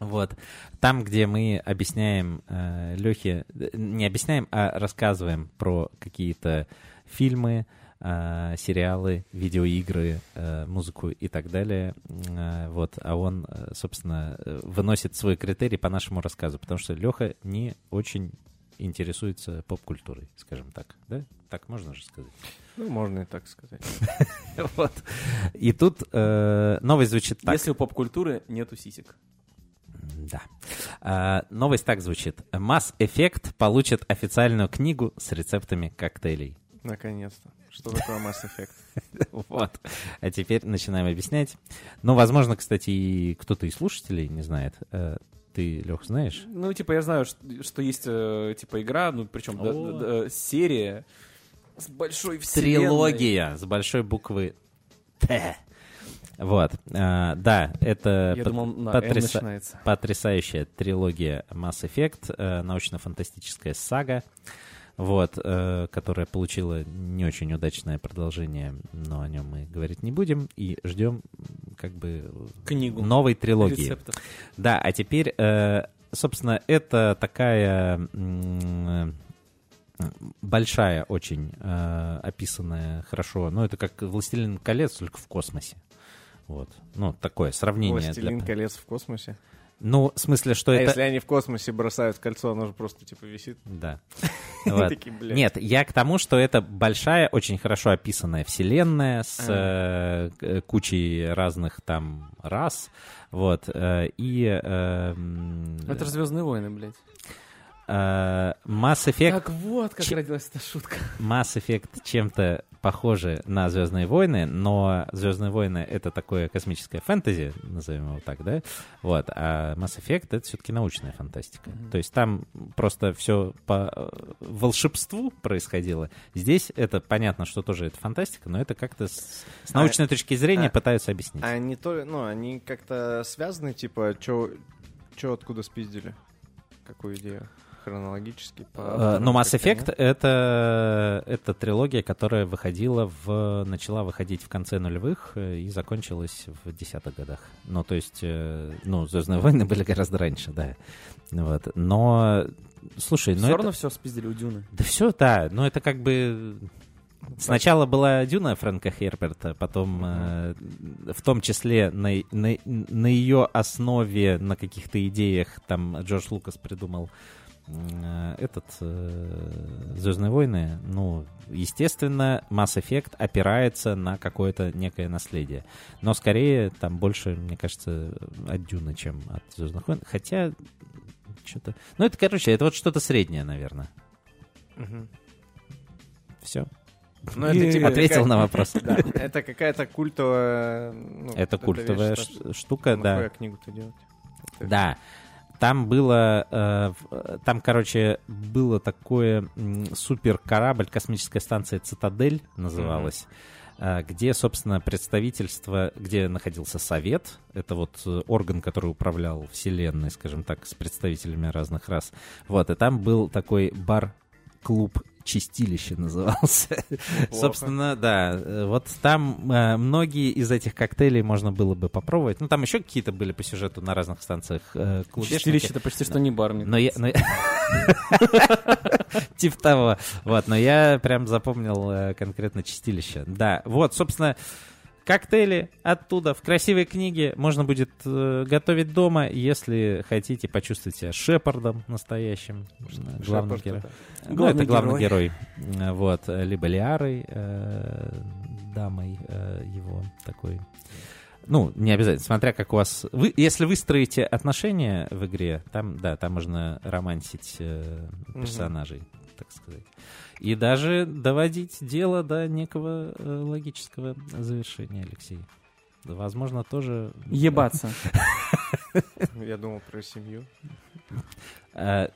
Speaker 1: Вот. Там, где мы объясняем э, Лехе, э, не объясняем, а рассказываем про какие-то фильмы, а, сериалы, видеоигры, э, музыку и так далее. М, а, Вот, а он, э, собственно, э, выносит свой критерий по нашему рассказу, потому что Леха не очень интересуется поп-культурой, скажем так, да? Так можно же сказать.
Speaker 3: Ну, можно и так сказать.
Speaker 1: Вот. И тут э, новость звучит так.
Speaker 2: Если у поп-культуры нету сисек.
Speaker 1: Да. А, новость так звучит. Mass Effect получит официальную книгу с рецептами коктейлей.
Speaker 3: Наконец-то. Что такое Mass Effect?
Speaker 1: Вот. А теперь начинаем объяснять. Ну, возможно, кстати, и кто-то из слушателей не знает. Э, Ты, Лех, знаешь?
Speaker 2: Ну, типа, я знаю, что, что есть, э, типа, игра, ну, причем да-
Speaker 1: О.
Speaker 2: да- да, серия с большой вселенной.
Speaker 1: Трилогия с большой буквы Т. Вот. А, Да, это...
Speaker 2: Я
Speaker 1: пот-
Speaker 2: думал, на «М»
Speaker 1: потряса-
Speaker 2: начинается.
Speaker 1: потрясающая трилогия Mass Effect, э, научно-фантастическая сага, вот, э, которая получила не очень удачное продолжение, но о нем мы говорить не будем и ждем м, как бы
Speaker 2: Книгу.
Speaker 1: новой трилогии.
Speaker 2: Рецептов.
Speaker 1: Да, а теперь, э, собственно, это такая м, э, большая очень э, описанная хорошо, ну это как «Властелин колец», только в космосе. Вот. Ну, такое сравнение. для-
Speaker 3: Властелин колец в космосе.
Speaker 1: Ну, в смысле, что
Speaker 3: А
Speaker 1: это...
Speaker 3: если они в космосе бросают кольцо, оно же просто типа висит.
Speaker 1: Да.
Speaker 3: Они
Speaker 1: Вот.
Speaker 3: такие, блядь.
Speaker 1: Нет, я к тому, что это большая, очень хорошо описанная вселенная с
Speaker 3: А.
Speaker 1: э, к- э, кучей разных там рас, вот, э, и э, м,
Speaker 2: Ну, Это же «Звездные войны», блядь.
Speaker 1: э, Mass Effect,
Speaker 2: Так вот, как
Speaker 1: Че-
Speaker 2: родилась эта шутка.
Speaker 1: Mass Effect чем-то похожи на Звездные войны, но Звездные войны это такое космическое фэнтези, назовем его так, да? Вот, а Mass Effect это все-таки научная фантастика.
Speaker 2: Мгм.
Speaker 1: То есть там просто все по э, волшебству происходило. Здесь это понятно, что тоже это фантастика, но это как-то с, с
Speaker 3: А-
Speaker 1: научной точки зрения
Speaker 3: а-
Speaker 1: пытаются объяснить.
Speaker 3: А они то, ну, они как-то связаны, типа, чё, чё откуда спиздили? Какую идею? Хронологически? А,
Speaker 1: Э, Но Mass Effect это, это трилогия, которая выходила в начала выходить в конце нулевых э, и закончилась в десятых годах. Ну, то есть, э, ну, Звездные войны были гораздо раньше, да. Вот. Но слушай, ну
Speaker 2: все
Speaker 1: это-
Speaker 2: равно все спиздили у Дюны.
Speaker 1: Да все, да, но это как бы э, Сначала была «Дюна» Фрэнка Херберта, потом э, в том числе на, на, на ее основе, на каких-то идеях, там Джордж Лукас придумал э, этот э, «Звездные войны». Ну, естественно, Mass Effect опирается на какое-то некое наследие. Но скорее там больше, мне кажется, от «Дюна», чем от «Звездных войн». Хотя что-то... Ну, это, короче, это вот что-то среднее, наверное.
Speaker 3: Мгм.
Speaker 1: Все.
Speaker 3: Ну, это типа
Speaker 1: Ответил
Speaker 3: какая-
Speaker 1: на вопрос.
Speaker 3: Да, это какая-то культовая... ну, вот
Speaker 1: Это
Speaker 3: эта
Speaker 1: культовая
Speaker 3: вещь,
Speaker 1: ш-
Speaker 3: что-
Speaker 1: штука, да.
Speaker 3: нахуя книгу-то делать? Это
Speaker 1: Да. Там было, э, в- э, там, короче, было такое м, суперкорабль, космическая станция «Цитадель» называлась, э, где, собственно, представительство, где находился совет, это вот э, орган, который управлял вселенной, скажем так, с представителями разных рас. Вот, и там был такой бар-клуб «Чистилище» назывался.
Speaker 3: неплохо.
Speaker 1: Собственно, да. э, Вот там э, многие из этих коктейлей можно было бы попробовать. Ну, там еще какие-то были по сюжету на разных станциях э, клубешники.
Speaker 2: Чистилище это почти что не бар, мне
Speaker 1: Но я... но я- Типа того. Вот, но я прям запомнил э, конкретно чистилище. Да, вот, собственно, коктейли оттуда в красивой книге можно будет э, готовить дома, если хотите почувствовать себя Шепардом настоящим, э, главным
Speaker 3: Шепард
Speaker 1: героем.
Speaker 3: это.
Speaker 1: Ну,
Speaker 2: Главный
Speaker 1: это главный герой. Э, Вот, э, либо Лиарой, э, дамой э, его такой. Ну, не обязательно, смотря как у вас... Вы, если вы строите отношения в игре, там, да, там можно романсить э, персонажей, так сказать. И даже доводить дело до некого э, логического завершения, Алексей. Возможно, тоже...
Speaker 2: Ебаться.
Speaker 3: Я думал про семью.
Speaker 1: Э,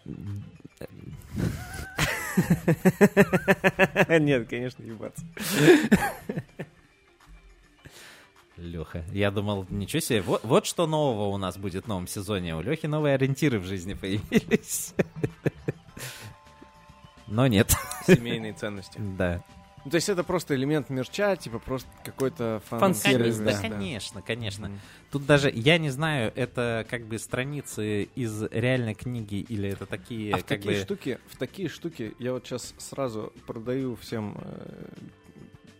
Speaker 3: Нет, конечно, ебаться.
Speaker 1: Леха. Я думал, ничего себе, вот, вот что нового у нас будет в новом сезоне. У Лехи новые ориентиры в жизни появились. Но нет.
Speaker 3: Семейные ценности.
Speaker 1: Да.
Speaker 3: Ну, то есть это просто элемент мерча, типа просто какой-то фан
Speaker 2: Фан-сервис,
Speaker 1: Ну, Конечно, конечно, конечно. Тут даже, я не знаю, это как бы страницы из реальной книги или это такие,
Speaker 3: А в
Speaker 1: как
Speaker 3: такие
Speaker 1: бы...
Speaker 3: штуки, в такие штуки я вот сейчас сразу продаю всем э,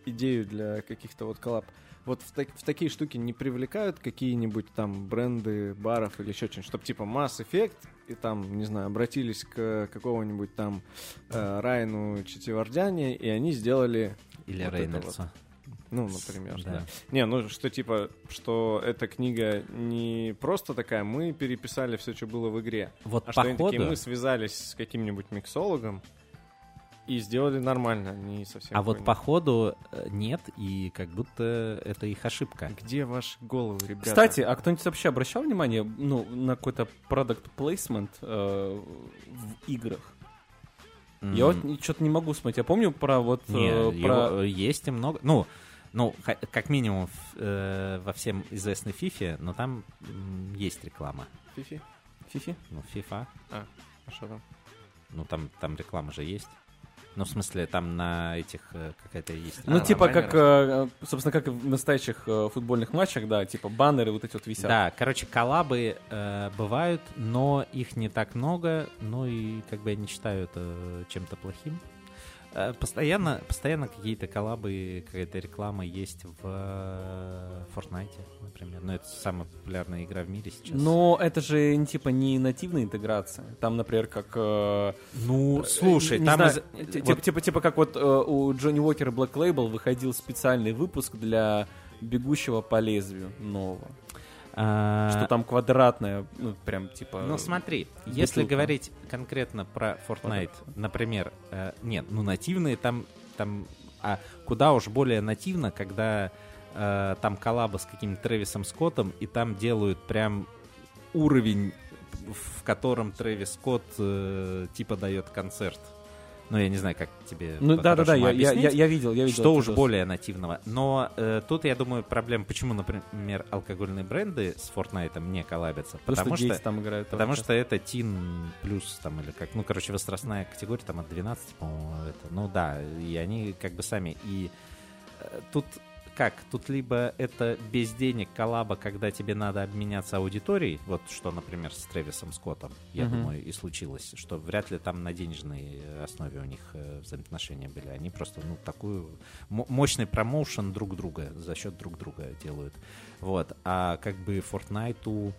Speaker 3: идею для каких-то вот коллаб. Вот в, так- в такие штуки не привлекают какие-нибудь там бренды баров или еще что-нибудь, чтобы типа Mass Effect и там, не знаю, обратились к какому-нибудь там э, Райну Четивардяне, и они сделали,
Speaker 1: Или
Speaker 3: вот это
Speaker 1: Рейнольдса.
Speaker 3: ну, например,
Speaker 1: Да.
Speaker 3: да. Не, ну что типа, что эта книга не просто такая, мы переписали все, что было в игре,
Speaker 1: Вот
Speaker 3: а что они такие,
Speaker 1: походу...
Speaker 3: мы связались с каким-нибудь миксологом и сделали нормально, не совсем.
Speaker 1: А вот
Speaker 3: хуйня.
Speaker 1: походу э, нет, и как будто это их ошибка.
Speaker 3: Где ваши головы, ребята?
Speaker 2: Кстати, а кто-нибудь вообще обращал внимание ну, на какой-то продукт плейсмент в играх? Я
Speaker 1: М.
Speaker 2: вот что-то не могу смотреть. Я помню про вот э,
Speaker 1: Не,
Speaker 2: про
Speaker 1: его, э, есть и много. Ну, ну, ха- как минимум в, э, во всем известной Фифе, но там м, есть реклама.
Speaker 3: Фифи,
Speaker 2: Фифи.
Speaker 1: Ну, FIFA,
Speaker 3: а что там?
Speaker 1: ну там, там реклама же есть. Ну, в смысле, там на этих э, какая-то есть.
Speaker 2: Ну,
Speaker 3: А,
Speaker 1: реклама.
Speaker 2: типа,
Speaker 3: баннеры.
Speaker 2: как, э, э, собственно, как и в настоящих э, футбольных матчах, да, типа баннеры вот эти вот висят.
Speaker 1: Да, короче, коллабы э, бывают, но их не так много. Ну и как бы я не считаю это чем-то плохим. Э, Постоянно, постоянно какие-то коллабы, какая-то реклама есть в э, Fortnite, например. Ну, это самая популярная игра в мире сейчас.
Speaker 2: Но это же н- типа не нативная интеграция. Там, например, как... э,
Speaker 1: Ну,
Speaker 2: э,
Speaker 1: слушай,
Speaker 2: не
Speaker 1: там
Speaker 2: знаю,
Speaker 1: из-
Speaker 2: ти-
Speaker 1: вот
Speaker 2: типа, типа, типа как вот э, у Джонни Уокера Black Label выходил специальный выпуск для бегущего по лезвию нового.
Speaker 1: а,
Speaker 2: Что там квадратное, ну, прям типа...
Speaker 1: Ну смотри, если
Speaker 2: бутылка.
Speaker 1: говорить конкретно про Fortnite, например, э, нет, ну нативные там, там, а куда уж более нативно, когда э, там коллаба с каким-то Трэвисом Скоттом, и там делают прям уровень, в котором Трэвис Скотт э, типа дает концерт. Ну, я не знаю, как тебе
Speaker 2: Ну да-да-да,
Speaker 1: по-хорошему
Speaker 2: я, я, я,
Speaker 1: объяснить.
Speaker 2: я видел, я видел.
Speaker 1: Что
Speaker 2: этот
Speaker 1: уж
Speaker 2: видос.
Speaker 1: более нативного. Но э, тут, я думаю, проблема, почему, например, алкогольные бренды с Fortnite не коллабятся.
Speaker 2: Потому
Speaker 1: Потому
Speaker 2: что,
Speaker 1: что,
Speaker 2: гейс там играют.
Speaker 1: потому что это тин плюс там или как. Ну, короче, возрастная категория там от 12, по-моему, это. Ну да, и они как бы сами. И э, тут как? Тут либо это без денег коллаба, когда тебе надо обменяться аудиторией, вот что, например, с Трэвисом Скоттом, я
Speaker 2: Мгм.
Speaker 1: думаю, и случилось, что вряд ли там на денежной э, основе у них э, взаимоотношения были. Они просто, ну, такую мо- мощный промоушен друг друга, за счет друг друга делают. Вот. А как бы Fortnite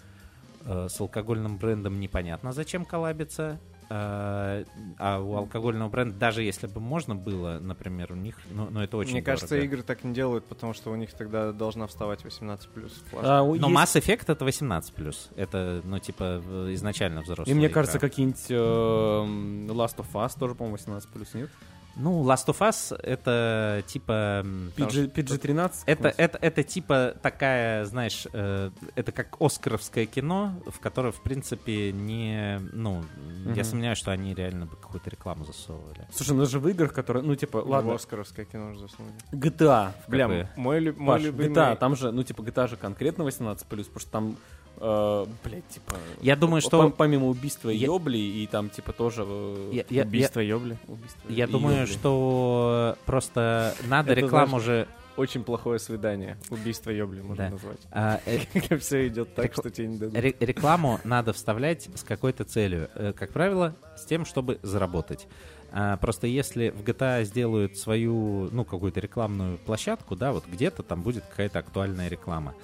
Speaker 1: э, с алкогольным брендом непонятно, зачем коллабиться. Э, А у алкогольного бренда, даже если бы можно было, например, у них, ну, ну, это очень
Speaker 3: Мне кажется,
Speaker 1: дорого.
Speaker 3: игры так не делают, потому что у них тогда должна вставать 18+. плашка.
Speaker 2: А, у-
Speaker 1: Но
Speaker 2: есть-
Speaker 1: Mass Effect это 18 Это, ну, типа, в- изначально взрослый.
Speaker 2: И мне кажется, какие-нибудь эм, Last of Us тоже, по-моему, 18 плюс, нет?
Speaker 1: Ну, Last of Us это типа. м,
Speaker 2: PG, PG-13?
Speaker 1: Это,
Speaker 2: какой-нибудь?
Speaker 1: это, это типа такая, знаешь, э, это как оскаровское кино, в которое, в принципе, не... Ну, я
Speaker 2: Мгм.
Speaker 1: сомневаюсь, что они реально бы какую-то рекламу засовывали.
Speaker 2: Слушай, ну даже в играх, которые, ну типа,
Speaker 3: В
Speaker 2: ладно,
Speaker 3: Оскаровское кино же засунули.
Speaker 2: GTA.
Speaker 3: Бля,
Speaker 1: Какое?
Speaker 3: мой, лю- мой
Speaker 2: Паш,
Speaker 3: любимый...
Speaker 2: GTA, там же, ну типа, GTA же конкретно 18 плюс, потому что там, э, блядь, типа...
Speaker 1: Я думаю,
Speaker 2: п-
Speaker 1: что-
Speaker 2: пом- Помимо убийства
Speaker 1: Я-
Speaker 2: Йобли и там типа тоже... э,
Speaker 1: Я, я-
Speaker 3: Убийство Ёбли.
Speaker 2: убийство
Speaker 1: я- я
Speaker 2: и
Speaker 1: думаю,
Speaker 2: Йобли.
Speaker 1: что просто надо
Speaker 3: Это
Speaker 1: рекламу же...
Speaker 3: Очень плохое свидание. Убийство Ёбли можно
Speaker 1: Да.
Speaker 3: назвать.
Speaker 1: а, э,
Speaker 3: Когда все идет так,
Speaker 1: Рекл-
Speaker 3: что тебе не дадут.
Speaker 1: ре- рекламу надо вставлять с какой-то целью. Э, Как правило, с тем, чтобы заработать. А, Просто если в GTA сделают свою, ну, какую-то рекламную площадку, да, вот где-то там будет какая-то актуальная реклама.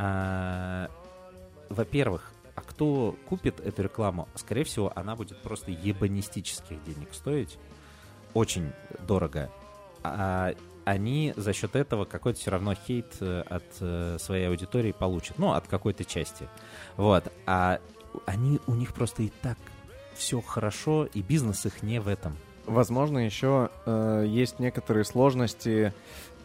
Speaker 1: А, Во-первых, а кто купит эту рекламу? Скорее всего, она будет просто ебанистических денег стоить. Очень дорого. А они за счет этого какой-то все равно хейт э, от э, своей аудитории получат. Ну, от какой-то части. Вот. А они, у них просто и так все хорошо, и бизнес их не в этом.
Speaker 3: Возможно, еще э, есть некоторые сложности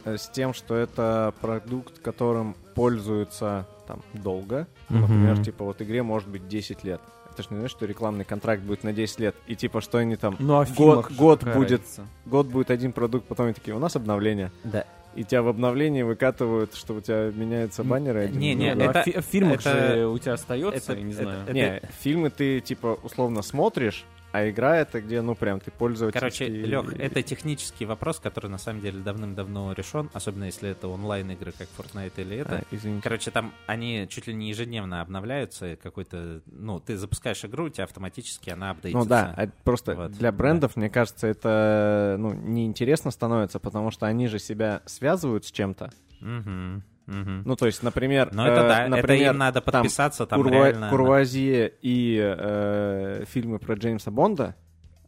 Speaker 3: э, с тем, что это продукт, которым пользуются там долго.
Speaker 1: Мгм.
Speaker 3: Ну, Например, типа вот игре может быть 10 лет. Это ж не значит, что рекламный контракт будет на 10 лет. И типа что они там...
Speaker 2: Ну а в
Speaker 3: год-
Speaker 2: фильмах же
Speaker 3: год
Speaker 2: какая
Speaker 3: будет.
Speaker 2: разница?
Speaker 3: Год будет один продукт, потом они такие, у нас обновление.
Speaker 1: Да.
Speaker 3: И тебя в обновлении выкатывают, что у тебя меняются
Speaker 1: М,
Speaker 3: баннеры. один
Speaker 1: не,
Speaker 3: на
Speaker 2: Не,
Speaker 1: не,
Speaker 3: другой.
Speaker 2: ну, а
Speaker 1: это-
Speaker 2: в фи- в фильмах
Speaker 1: это-
Speaker 2: же у тебя остается,
Speaker 1: это-
Speaker 2: я не
Speaker 1: это-
Speaker 2: знаю.
Speaker 1: это-
Speaker 3: Не, фильмы ты типа условно смотришь, а игра это где, ну прям ты пользователь.
Speaker 1: Короче, Лех, это технический вопрос, который на самом деле давным-давно решен, особенно если это онлайн-игры, как Fortnite или это.
Speaker 3: А, извините.
Speaker 1: Короче, там они чуть ли не ежедневно обновляются, и какой-то, ну, ты запускаешь игру, у тебя автоматически она апдейтится.
Speaker 3: Ну да, а просто
Speaker 1: Вот,
Speaker 3: для брендов, мне кажется, это ну, неинтересно становится, потому что они же себя связывают с чем-то.
Speaker 1: Мгм, мгм.
Speaker 3: Ну, то есть, например,
Speaker 1: Но это
Speaker 3: э,
Speaker 1: да,
Speaker 3: например,
Speaker 1: это им надо
Speaker 3: там
Speaker 1: подписаться, там,
Speaker 3: Курва-
Speaker 1: реально...
Speaker 3: Курвазье и э, фильмы про Джеймса Бонда,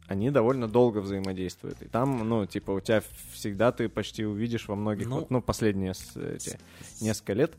Speaker 3: они довольно долго взаимодействуют. И там, ну, типа, у тебя всегда ты почти увидишь во многих,
Speaker 1: Ну,
Speaker 3: вот, ну, последние с- эти несколько лет,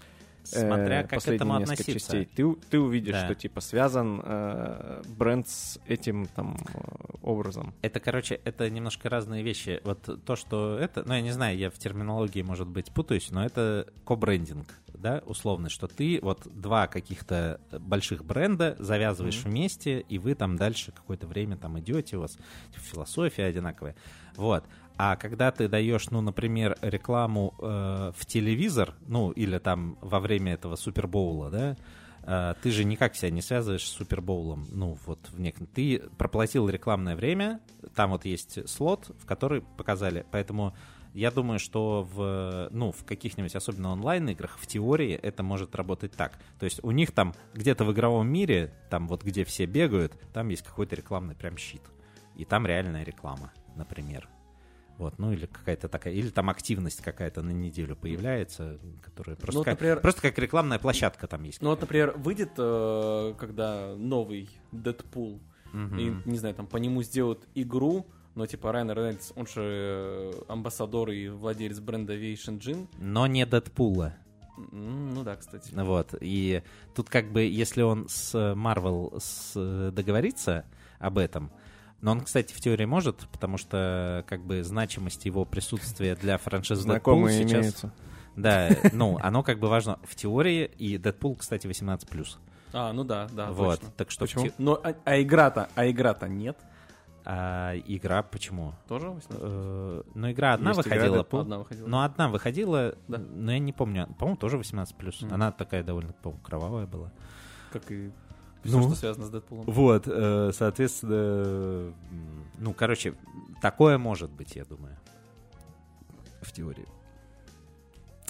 Speaker 3: э,
Speaker 1: Смотря как к
Speaker 3: последние
Speaker 1: этому
Speaker 3: несколько
Speaker 1: относиться.
Speaker 3: частей, ты, у- ты увидишь,
Speaker 1: Да.
Speaker 3: что, типа, связан э, бренд с этим, там, э, образом.
Speaker 1: Это, короче, это немножко разные вещи. Вот то, что это, ну, я не знаю, я в терминологии, может быть, путаюсь, но это кобрендинг, да, условно, что ты вот два каких-то больших бренда завязываешь вместе, и вы там дальше какое-то время там идете, у вас типа философия одинаковая. Вот. А когда ты даешь, ну, например, рекламу э, в телевизор, ну, или там во время этого супербоула, да, э, ты же никак себя не связываешь с супербоулом. Ну, вот в нек... Ты проплатил рекламное время, там вот есть слот, в который показали. Поэтому я думаю, что в, ну, в каких-нибудь, особенно онлайн-играх, в теории это может работать так. То есть у них там где-то в игровом мире, там вот где все бегают, там есть какой-то рекламный прям щит. И там реальная реклама, например. Вот, ну или какая-то такая, или там активность какая-то на неделю появляется, которая просто,
Speaker 2: вот,
Speaker 1: как,
Speaker 2: Ну, например-
Speaker 1: просто как рекламная площадка там есть.
Speaker 2: Ну вот, например, выйдет, э, когда новый Дэдпул,
Speaker 1: Мгм.
Speaker 2: и, не знаю, там по нему сделают игру, но типа Райан Рейнольдс, он же э, амбассадор и владелец бренда Aviation Gin.
Speaker 1: Но не Дэдпула.
Speaker 2: М, Ну да, кстати.
Speaker 1: Вот. И тут как бы, если он с Марвел договорится об этом, но он, кстати, в теории может, потому что как бы значимость его присутствия для франшизы Дэдпул
Speaker 3: Знакомые
Speaker 1: сейчас...
Speaker 3: имеются.
Speaker 1: Да, ну, оно как бы важно в теории, и Дэдпул, кстати, 18+.
Speaker 2: А, ну да, да,
Speaker 1: вот,
Speaker 2: точно.
Speaker 1: так что в те-
Speaker 2: Но, а, а игра-то, а игра-то нет.
Speaker 1: а, игра почему?
Speaker 2: Тоже 18?
Speaker 1: Э, ну, игра одна
Speaker 3: Есть игра
Speaker 1: выходила,
Speaker 3: Дэдпул.
Speaker 2: Одна выходила.
Speaker 1: но одна выходила,
Speaker 2: Да.
Speaker 1: но я не помню, по-моему, тоже 18+.
Speaker 2: Мгм.
Speaker 1: Она такая довольно, по-моему, кровавая была.
Speaker 2: Как и все,
Speaker 1: Ну.
Speaker 2: что связано с Дэдпулом.
Speaker 1: Вот, э, соответственно, м, ну, короче, такое может быть, я думаю. В теории.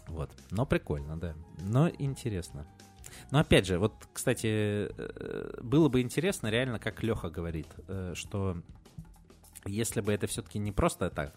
Speaker 1: Вот. Но прикольно, да. Но интересно. Но опять же, вот, кстати, э, было бы интересно, реально, как Леха говорит, э, что если бы это все-таки не просто так,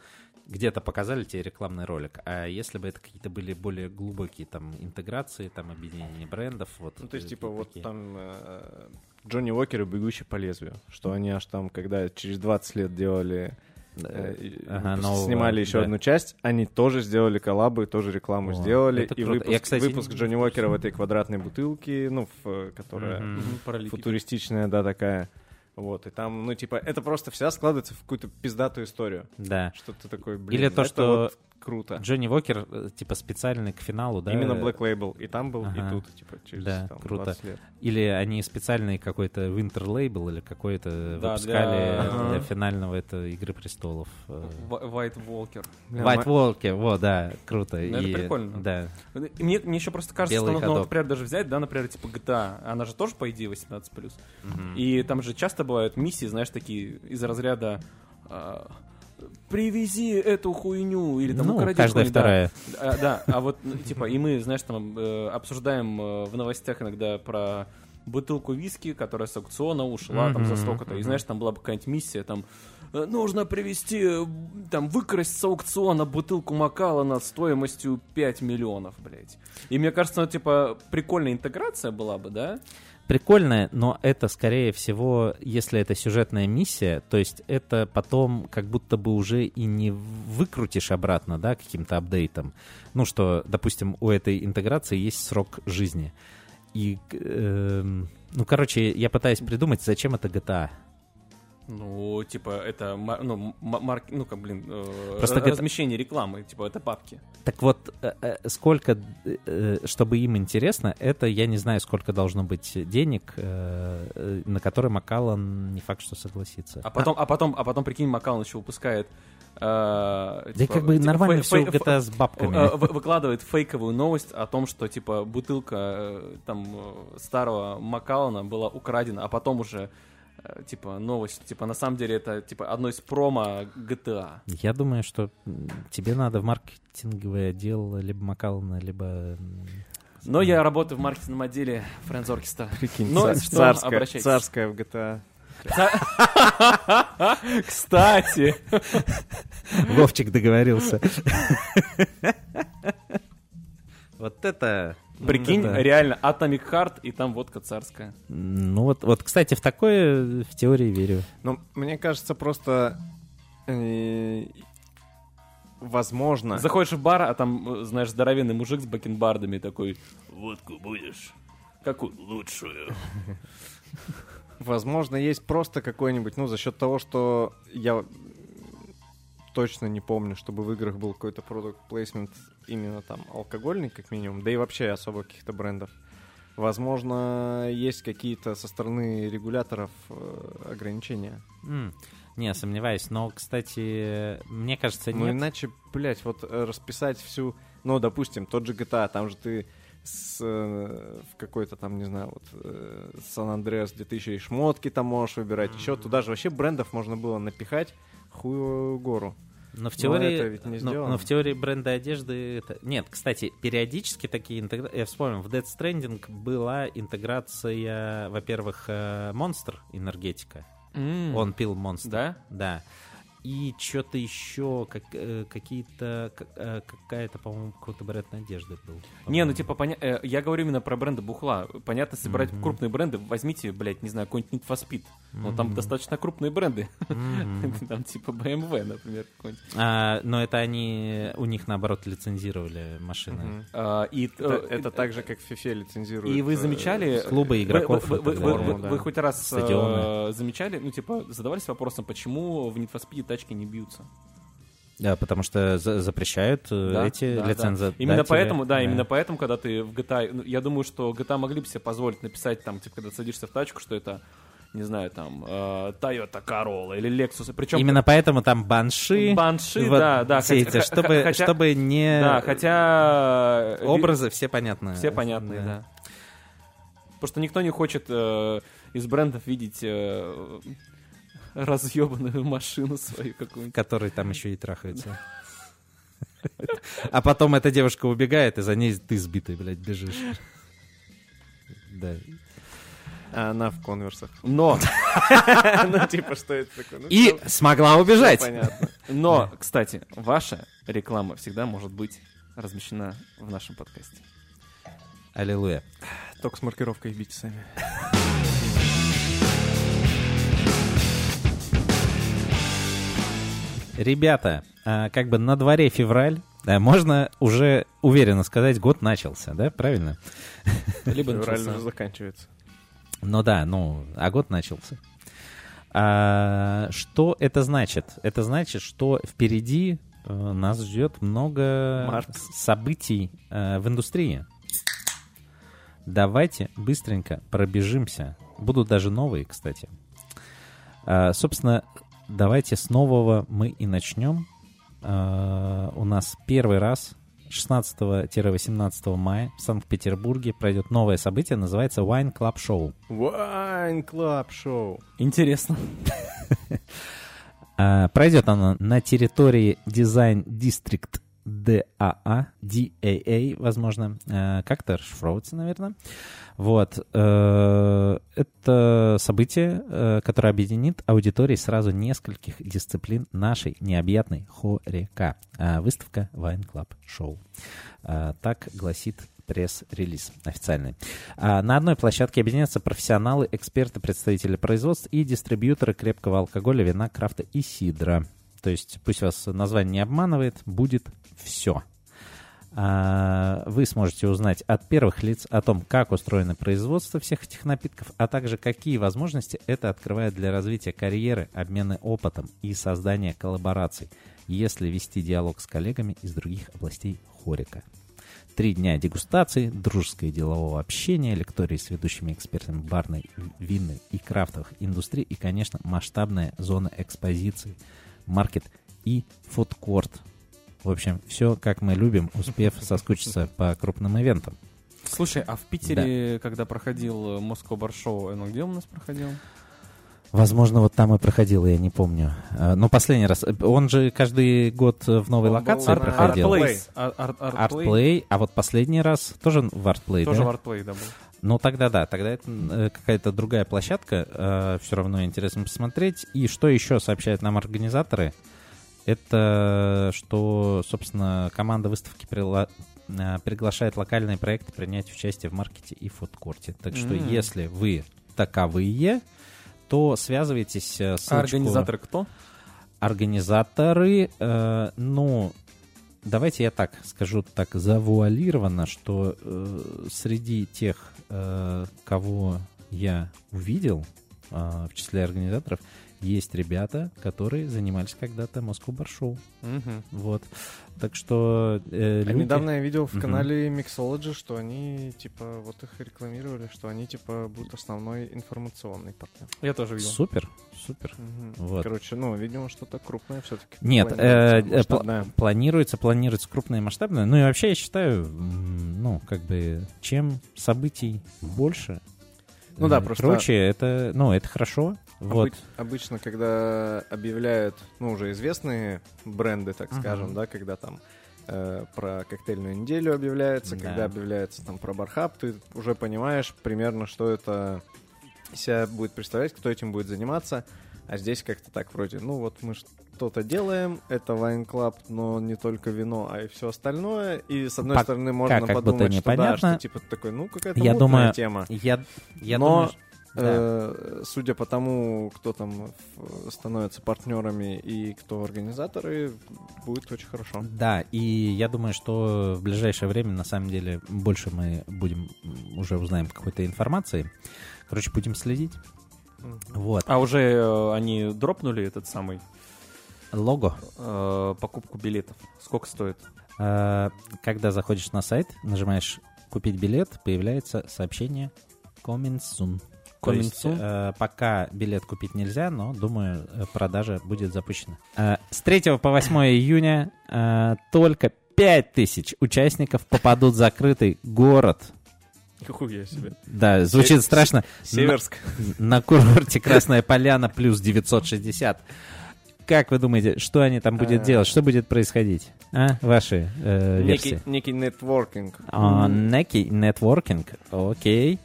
Speaker 1: где-то показали тебе рекламный ролик, а если бы это какие-то были более глубокие там интеграции, там объединение брендов, вот.
Speaker 3: Ну, то есть,
Speaker 1: э,
Speaker 3: типа, вот
Speaker 1: такие.
Speaker 3: там э, Джонни Уокер и «Бегущий по лезвию», что они аж там, когда через 20 лет делали, э, и-
Speaker 1: Ага,
Speaker 3: пос-
Speaker 1: нового,
Speaker 3: снимали еще
Speaker 1: да.
Speaker 3: одну часть, они тоже сделали коллабы, тоже рекламу
Speaker 1: О,
Speaker 3: сделали,
Speaker 1: это
Speaker 3: и
Speaker 1: круто.
Speaker 3: выпуск,
Speaker 1: Я, кстати,
Speaker 3: выпуск
Speaker 1: не-
Speaker 3: Джонни Уокера в этой квадратной бутылке, ну, в, э, которая
Speaker 1: Мгм.
Speaker 2: Мгм, параллелепипед.
Speaker 3: футуристичная, да, такая. Вот, и там, ну, типа, это просто вся складывается в какую-то пиздатую историю.
Speaker 1: Да.
Speaker 3: Что ты такой, блин,
Speaker 1: Или то,
Speaker 3: это
Speaker 1: что-
Speaker 3: вот круто.
Speaker 1: Джонни Уокер, э, типа, специально к финалу, да?
Speaker 3: Именно
Speaker 1: э,
Speaker 3: Black Label. И там был,
Speaker 1: Ага.
Speaker 3: и тут, типа, через
Speaker 1: Да,
Speaker 3: там,
Speaker 1: круто.
Speaker 3: 20 лет.
Speaker 1: Или они специальный какой-то Winter Label или какой-то
Speaker 2: Да,
Speaker 1: выпускали
Speaker 3: для-
Speaker 1: для финального это Игры Престолов. э,
Speaker 2: В- White Walker.
Speaker 3: Бля,
Speaker 1: White
Speaker 3: ма-
Speaker 1: Walker, вот, да, круто.
Speaker 2: Ну, это
Speaker 1: И-
Speaker 2: прикольно.
Speaker 1: Да.
Speaker 2: Ну, И Мне, мне еще просто кажется,
Speaker 1: Белый
Speaker 2: что, ну, ну,
Speaker 1: ходок.
Speaker 2: например, даже взять, да, например, типа GTA, она же тоже, по идее, 18+. И там же часто бывают миссии, знаешь, такие из разряда а, «Привези эту хуйню» или там
Speaker 1: Ну,
Speaker 2: «Укради
Speaker 1: каждая
Speaker 2: хуйню», да.
Speaker 1: вторая.
Speaker 2: А, да, а вот, ну, типа, и мы, знаешь, там э, обсуждаем э, в новостях иногда про бутылку виски, которая с аукциона ушла там за
Speaker 1: Мгм,
Speaker 2: столько-то. И
Speaker 1: мгм.
Speaker 2: знаешь, там была бы какая-нибудь миссия, там э, нужно привести, э, там, выкрасть с аукциона бутылку Макалана стоимостью 5 миллионов, блядь. И мне кажется, ну, типа, прикольная интеграция была бы, да?
Speaker 1: Прикольное, но это, скорее всего, если это сюжетная миссия, то есть это потом как будто бы уже и не выкрутишь обратно, да, каким-то апдейтом. Ну что, допустим, у этой интеграции есть срок жизни. И, эм, ну, короче, я пытаюсь придумать, зачем это А. GTA.
Speaker 2: Ну, типа, это, ма- ну, м- марк- ну, как, блин, э,
Speaker 1: Просто
Speaker 2: ра-
Speaker 1: это-
Speaker 2: размещение рекламы, типа, это папки.
Speaker 1: Так вот, э, э, сколько, э, э, чтобы им интересно, это я не знаю, сколько должно быть денег, э, э, на который Макалан не факт, что согласится.
Speaker 2: А потом, а потом, а потом, прикинь, Макалан еще выпускает... э,
Speaker 1: Да и
Speaker 2: типа-
Speaker 1: как бы
Speaker 2: типа
Speaker 1: нормально
Speaker 2: фей-
Speaker 1: все
Speaker 2: фей-
Speaker 1: GTA А с
Speaker 2: э,
Speaker 1: бабками.
Speaker 2: вы- выкладывает фейковую новость о том, что типа бутылка э, там э, старого Макалана была украдена, а потом уже э, типа новость, типа на самом деле это типа одно из промо А. GTA.
Speaker 1: Я думаю, что м, тебе надо в маркетинговый отдел либо Макалана, либо... м,
Speaker 2: Но я работаю в маркетинговом отделе Friends Orchestra.
Speaker 3: Прикинь,
Speaker 2: Ну,
Speaker 3: цар-
Speaker 2: что,
Speaker 3: царская,
Speaker 2: обращайтесь.
Speaker 3: царская в GTA.
Speaker 2: Кстати,
Speaker 1: Вовчик договорился. Вот это...
Speaker 2: прикинь,
Speaker 1: это-
Speaker 2: реально Atomic Heart и там водка царская.
Speaker 1: Ну вот, вот, кстати, в такое э, в теории верю.
Speaker 3: Ну, мне кажется, просто... э, Возможно.
Speaker 2: Заходишь в бар, а там, э, знаешь, здоровенный мужик с бакенбардами такой, водку будешь? Какую лучшую?
Speaker 3: Возможно, есть просто какой-нибудь, ну, за счет того, что я точно не помню, чтобы в играх был какой-то продукт плейсмент именно там алкогольный, как минимум, да и вообще особо каких-то брендов. Возможно, есть какие-то со стороны регуляторов э, ограничения.
Speaker 1: М, Не, сомневаюсь. Но, кстати, мне кажется,
Speaker 3: Ну,
Speaker 1: нет.
Speaker 3: иначе, блядь, вот э, расписать всю... Ну, допустим, тот же GTA, там же ты с, э, в какой-то там, не знаю, вот э, Сан-Андреас, где ты еще и шмотки там можешь выбирать, еще туда же вообще брендов можно было напихать хуевую гору.
Speaker 1: Но в
Speaker 3: Но
Speaker 1: теории,
Speaker 3: это ведь не
Speaker 1: но-
Speaker 3: сделано.
Speaker 1: но в теории бренда одежды это... Нет, кстати, периодически такие интеграции... Я вспомнил, в Dead Stranding была интеграция, во-первых, э, монстр энергетика. Он пил монстр.
Speaker 2: Хм. Да?
Speaker 1: Да. И что-то еще, как, э, какие-то, как- э, какая-то, по-моему, какой-то бренд одежды был.
Speaker 2: Не,
Speaker 1: по-моему.
Speaker 2: ну типа, поня- э, я говорю именно про бренды бухла. Понятно, собирать
Speaker 1: Мгм.
Speaker 2: крупные бренды, возьмите, блядь, не знаю, какой-нибудь Need for Speed. Но
Speaker 1: Мгм.
Speaker 2: там достаточно крупные бренды.
Speaker 1: Мгм.
Speaker 2: Там типа BMW, например, какой-нибудь.
Speaker 1: А, но это они, у них наоборот лицензировали машины.
Speaker 3: Мгм.
Speaker 2: А, и,
Speaker 3: Это,
Speaker 2: э,
Speaker 3: это
Speaker 2: э,
Speaker 3: так же, как в FIFA лицензируют.
Speaker 2: И вы
Speaker 3: э,
Speaker 2: замечали...
Speaker 1: Клубы
Speaker 2: вы-
Speaker 1: игроков
Speaker 2: Вы,
Speaker 1: и
Speaker 2: вы-
Speaker 1: так
Speaker 2: вы-
Speaker 1: далее.
Speaker 2: вы- вы хоть раз э,
Speaker 1: Стадионы.
Speaker 2: замечали, ну типа, задавались вопросом, почему в Need for Speed тачки не бьются?
Speaker 1: Да, потому что за- запрещают э,
Speaker 2: Да,
Speaker 1: эти
Speaker 2: да, да.
Speaker 1: лицензии.
Speaker 2: Именно поэтому, да, именно поэтому, когда ты в GTA, ну, я думаю, что GTA могли бы себе позволить написать там, типа, когда садишься в тачку, что это, не знаю, там, э, Toyota Corolla или Lexus, причем
Speaker 1: Именно поэтому там банши.
Speaker 2: банши,
Speaker 1: вот
Speaker 2: да, да,
Speaker 1: все эти,
Speaker 2: хотя- х-
Speaker 1: чтобы,
Speaker 2: хотя-
Speaker 1: чтобы не...
Speaker 2: да, хотя э,
Speaker 1: Образы все понятны.
Speaker 2: все понятные, да. Потому что никто не хочет э, из брендов видеть э, разъебанную машину свою какую-нибудь.
Speaker 1: Которые там еще и трахаются. А потом эта девушка убегает, и за ней ты сбитый, блядь, бежишь. Да.
Speaker 3: А она в конверсах. Но! Ну, типа, что это такое? Ну,
Speaker 1: И
Speaker 3: всё-
Speaker 1: смогла
Speaker 3: всё
Speaker 1: убежать.
Speaker 3: Понятно.
Speaker 2: Но, кстати, ваша реклама всегда может быть размещена в нашем подкасте.
Speaker 1: Аллилуйя.
Speaker 3: Только с маркировкой бить сами.
Speaker 1: Ребята, а, как бы на дворе февраль, да, можно уже уверенно сказать, год начался, да, правильно?
Speaker 2: Либо
Speaker 3: Февраль
Speaker 2: начался.
Speaker 3: уже заканчивается.
Speaker 1: Ну да, ну, а год начался. А, что это значит? Это значит, что впереди э, нас ждет много
Speaker 3: Март.
Speaker 1: с- событий э, в индустрии. Давайте быстренько пробежимся. Будут даже новые, кстати. А, собственно, давайте с нового мы и начнем. А, у нас первый раз 16-18 мая в Санкт-Петербурге пройдет новое событие, называется Wine Club Show.
Speaker 3: Wine Club Show.
Speaker 2: Интересно.
Speaker 1: А, Пройдет она на территории Design District DAA, DAA, возможно, э, как-то расшифровывается, наверное. Вот. э, Это событие, э, которое объединит аудитории сразу нескольких дисциплин нашей необъятной хорека. А, Выставка Wine Club Show. А, Так гласит пресс-релиз официальный. А, На одной площадке объединятся профессионалы, эксперты, представители производств и дистрибьюторы крепкого алкоголя, вина, крафта и сидра. То есть, пусть вас название не обманывает, будет все. А, Вы сможете узнать от первых лиц о том, как устроено производство всех этих напитков, а также какие возможности это открывает для развития карьеры, обмена опытом и создания коллабораций, если вести диалог с коллегами из других областей хорика. Три дня дегустации, дружеское и делового общения, лектории с ведущими экспертами барной, винной и крафтовых индустрий и, конечно, масштабная зона экспозиции, маркет и фудкорт. В общем, все, как мы любим, успев соскучиться по крупным ивентам.
Speaker 2: Слушай, а в Питере, когда проходил э, Moscow Bar Show, оно где у нас проходил?
Speaker 1: Возможно, вот там и проходил, я не помню. Э, Но последний раз. Э, Он же каждый год э, в новой
Speaker 3: Он был
Speaker 1: локации
Speaker 3: на
Speaker 1: проходил.
Speaker 3: Artplay.
Speaker 2: Artplace. Ар- ар- Artplay.
Speaker 1: Артплей, а вот последний раз тоже в Артплей,
Speaker 2: Тоже
Speaker 1: да?
Speaker 2: в Artplay, да, был.
Speaker 1: Ну тогда да, тогда это э, какая-то другая площадка, все равно интересно посмотреть. И что еще сообщают нам организаторы, это что, собственно, команда выставки прила- э, приглашает локальные проекты принять участие в маркете и фудкорте. Так что
Speaker 2: М.
Speaker 1: если вы таковые, то связывайтесь э, с
Speaker 2: А организаторы кто?
Speaker 1: организаторы, э, ну, давайте я так скажу, так завуалированно, что э, среди тех, э, кого я увидел э, в числе организаторов, есть ребята, которые занимались когда-то Moscow Bar Show.
Speaker 3: Мгм.
Speaker 1: Вот. Так что э,
Speaker 3: А
Speaker 1: люди-
Speaker 3: недавно я видел в
Speaker 1: Мгм.
Speaker 3: канале Mixology, что они, типа, вот их рекламировали, что они, типа, будут основной информационный партнер.
Speaker 2: Я тоже видел.
Speaker 1: Супер, супер.
Speaker 3: Мгм.
Speaker 1: Вот.
Speaker 3: Короче, ну, видимо, что-то крупное все-таки.
Speaker 1: Нет, э, э, пла- планируется, планируется крупное и масштабное. Ну и вообще я считаю, м, ну, как бы, чем событий больше,
Speaker 3: Ну
Speaker 1: э,
Speaker 3: да, просто-
Speaker 1: Короче, это, ну, это хорошо. Вот.
Speaker 3: Обычно, когда объявляют, ну, уже известные бренды, так
Speaker 2: Мгм.
Speaker 3: скажем, да, когда там э, про коктейльную неделю объявляется,
Speaker 1: Да.
Speaker 3: когда объявляется там про бархаб, ты уже понимаешь примерно, что это себя будет представлять, кто этим будет заниматься. А здесь как-то так вроде, ну вот мы что-то делаем, это Wine Club, но не только вино, а и все остальное. И с одной
Speaker 1: Пока
Speaker 3: стороны можно
Speaker 1: как будто
Speaker 3: подумать, что да,
Speaker 1: непонятно.
Speaker 3: что типа такой, ну какая-то
Speaker 1: Я
Speaker 3: мутная
Speaker 1: думаю,
Speaker 3: тема.
Speaker 1: Я, я
Speaker 3: Но-
Speaker 1: думаю, что- да.
Speaker 3: Э, Судя по тому, кто там э, становится партнерами и кто организаторы, будет очень хорошо.
Speaker 1: Да, и я думаю, что в ближайшее время, на самом деле, больше мы будем, м, уже узнаем какой-то информации. Короче, будем следить. Вот.
Speaker 2: А уже э, они дропнули этот самый
Speaker 1: Лого.
Speaker 2: э, покупку билетов. Сколько стоит?
Speaker 1: Э, Когда заходишь на сайт, нажимаешь «Купить билет», появляется сообщение «Coming soon». То
Speaker 2: Coming
Speaker 1: есть,
Speaker 2: soon?
Speaker 1: э, пока билет купить нельзя, но, думаю, э, продажа будет запущена. Э, с 3 по 8 июня э, только 5000 участников попадут в закрытый город.
Speaker 3: Хуя себе.
Speaker 1: Да, звучит
Speaker 2: Э,
Speaker 3: Се-
Speaker 1: страшно.
Speaker 3: Северск.
Speaker 1: На курорте Красная Поляна плюс 960. Как вы думаете, что они там будет
Speaker 2: Э.
Speaker 3: А.
Speaker 1: делать? Что будет происходить? А? Ваши э, версии?
Speaker 3: Некий, некий нетворкинг.
Speaker 1: А, некий нетворкинг, окей.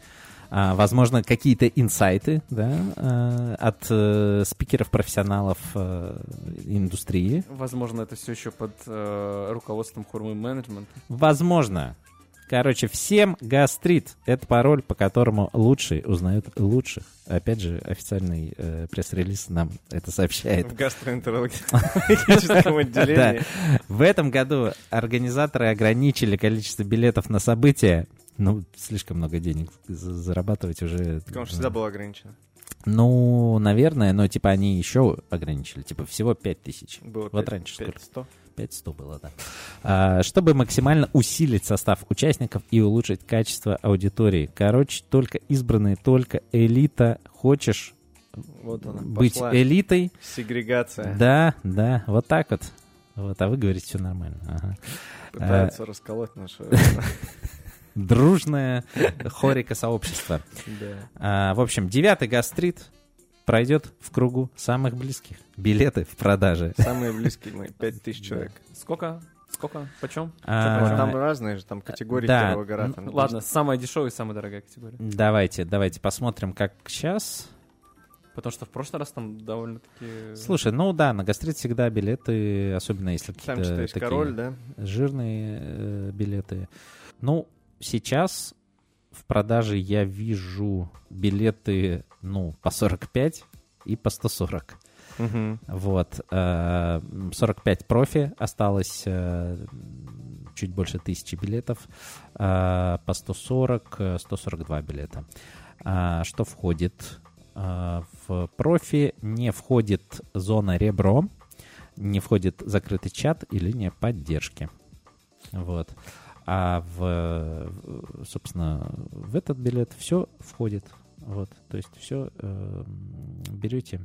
Speaker 1: А, возможно, какие-то инсайты да, э, от э, спикеров-профессионалов э, индустрии.
Speaker 2: Возможно, это все еще под э, руководством Хурмы Менеджмент.
Speaker 1: Возможно. Короче, всем гастрит. Это пароль, по которому лучшие узнают лучших. Опять же, официальный э, пресс-релиз нам это сообщает.
Speaker 3: В гастроэнтерологическом отделении.
Speaker 1: В этом году организаторы ограничили количество билетов на события. Ну, слишком много денег за- зарабатывать уже.
Speaker 3: Потому что всегда было ограничено.
Speaker 1: Ну, наверное, но типа они еще ограничили. Типа всего 5000.
Speaker 3: Было
Speaker 1: Вот
Speaker 3: пять-
Speaker 1: раньше
Speaker 3: пять
Speaker 1: сколько?
Speaker 3: сто.
Speaker 1: 500 было, да. А, чтобы максимально усилить состав участников и улучшить качество аудитории. Короче, только избранные, только элита. Хочешь
Speaker 3: Вот она,
Speaker 1: быть
Speaker 3: пошла
Speaker 1: элитой,
Speaker 3: Сегрегация.
Speaker 1: Да, да, вот так вот. Вот, а вы говорите, все нормально. Ага. Э.
Speaker 3: Пытаются расколоть наше...
Speaker 1: Дружное хорика сообщество.
Speaker 3: Да.
Speaker 1: А, в общем, девятый гастрит пройдет в кругу самых близких. Билеты в продаже.
Speaker 3: Самые близкие мы, 5000 человек.
Speaker 2: Сколько? Сколько? Почем?
Speaker 1: А,
Speaker 3: Потому что Там разные же, там категории
Speaker 1: да. Ну,
Speaker 3: первого гора. там
Speaker 2: Ладно, самая дешевая и самая дорогая категория.
Speaker 1: Давайте, давайте посмотрим, как сейчас.
Speaker 2: Потому что в прошлый раз там довольно-таки...
Speaker 1: Слушай, ну да, на гастрит всегда билеты, особенно если
Speaker 3: есть- Там
Speaker 1: какие-то
Speaker 3: что есть
Speaker 1: такие
Speaker 3: король, да?
Speaker 1: жирные э, билеты. Ну, сейчас в продаже я вижу билеты, ну, по 45 и по 140. Вот. э, 45 профи, осталось э, чуть больше тысячи билетов. э, По 140, э, 142 билета. А, Что входит? Э, В профи не входит зона ребро, не входит закрытый чат и линия поддержки. Вот. А в, в- собственно, в этот билет все входит. Вот. То есть э, все берете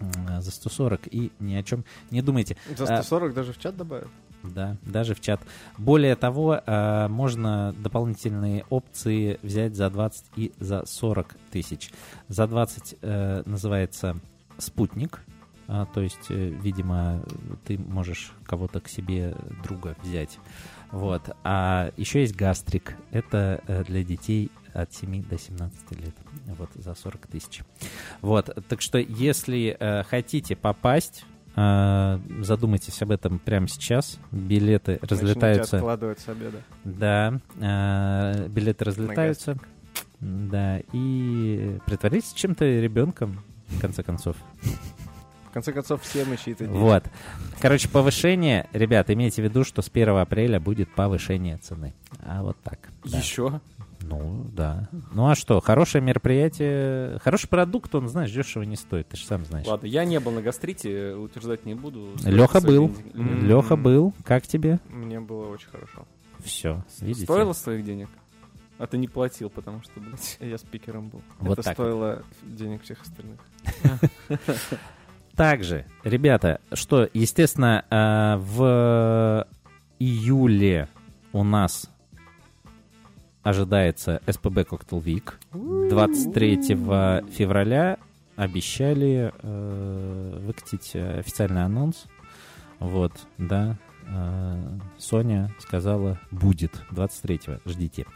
Speaker 1: м, за 140 и ни о чем не думайте.
Speaker 3: За 140 даже в чат добавят.
Speaker 1: Да, даже в чат. Более того, э, можно дополнительные опции взять за 20 и за 40 тысяч. За 20 э, называется спутник. А, то есть, э, видимо, ты можешь кого-то к себе друга взять. Вот. А еще есть гастрик. Это э, для детей от 7 до 17 лет. Вот, за 40 тысяч. Вот. Так что, если э, хотите попасть, э, задумайтесь об этом прямо сейчас. Билеты
Speaker 3: Начнете
Speaker 1: разлетаются.
Speaker 3: откладывать с обеда.
Speaker 1: Да. э, билеты разлетаются. Да. И притворитесь чем-то ребенком, в конце концов.
Speaker 3: В конце концов, все мы чьи-то дети.
Speaker 1: Вот. Короче, повышение, ребят, имейте в виду, что с 1 апреля будет повышение цены. А вот так. да.
Speaker 2: Еще?
Speaker 1: Ну, да. Ну а что, хорошее мероприятие, хороший продукт, он, знаешь, дешево не стоит, ты же сам знаешь.
Speaker 2: Ладно, я не был на гастрите, утверждать не буду.
Speaker 1: Леха
Speaker 2: Свои
Speaker 1: был.
Speaker 2: деньги.
Speaker 3: М.
Speaker 1: Леха был, как тебе?
Speaker 3: Мне было очень хорошо.
Speaker 1: Все, видите?
Speaker 2: Стоило своих денег? А ты не платил, потому что, блядь.
Speaker 3: Я спикером был.
Speaker 1: Вот
Speaker 3: Это
Speaker 1: так вот.
Speaker 3: стоило денег всех остальных.
Speaker 1: Также, ребята, что, естественно, э, в июле у нас ожидается СПБ Коктейл Вик. 23 февраля обещали э, выкатить э, официальный анонс. Вот, да. Э, Соня сказала, будет 23-го. Ждите.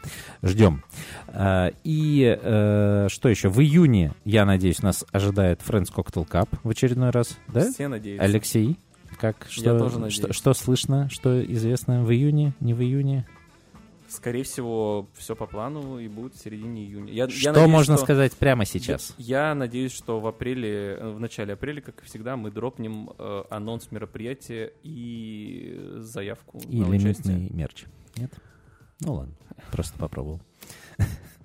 Speaker 1: Ждем. А, И э, что еще? В июне, я надеюсь, нас ожидает Friends Cocktail Cup в очередной раз, да?
Speaker 2: Все надеются.
Speaker 1: Алексей, как что,
Speaker 2: тоже надеюсь.
Speaker 1: что, что слышно, что известно в июне, не в июне?
Speaker 2: Скорее всего, все по плану и будет в середине июня. Я, я
Speaker 1: что
Speaker 2: надеюсь,
Speaker 1: можно
Speaker 2: что-
Speaker 1: сказать прямо сейчас?
Speaker 2: Я, я надеюсь, что в апреле, э, в начале апреля, как и всегда, мы дропнем э, анонс мероприятия и заявку
Speaker 1: И
Speaker 2: на участие.
Speaker 1: лимитный мерч. Нет? Ну ладно, просто попробовал.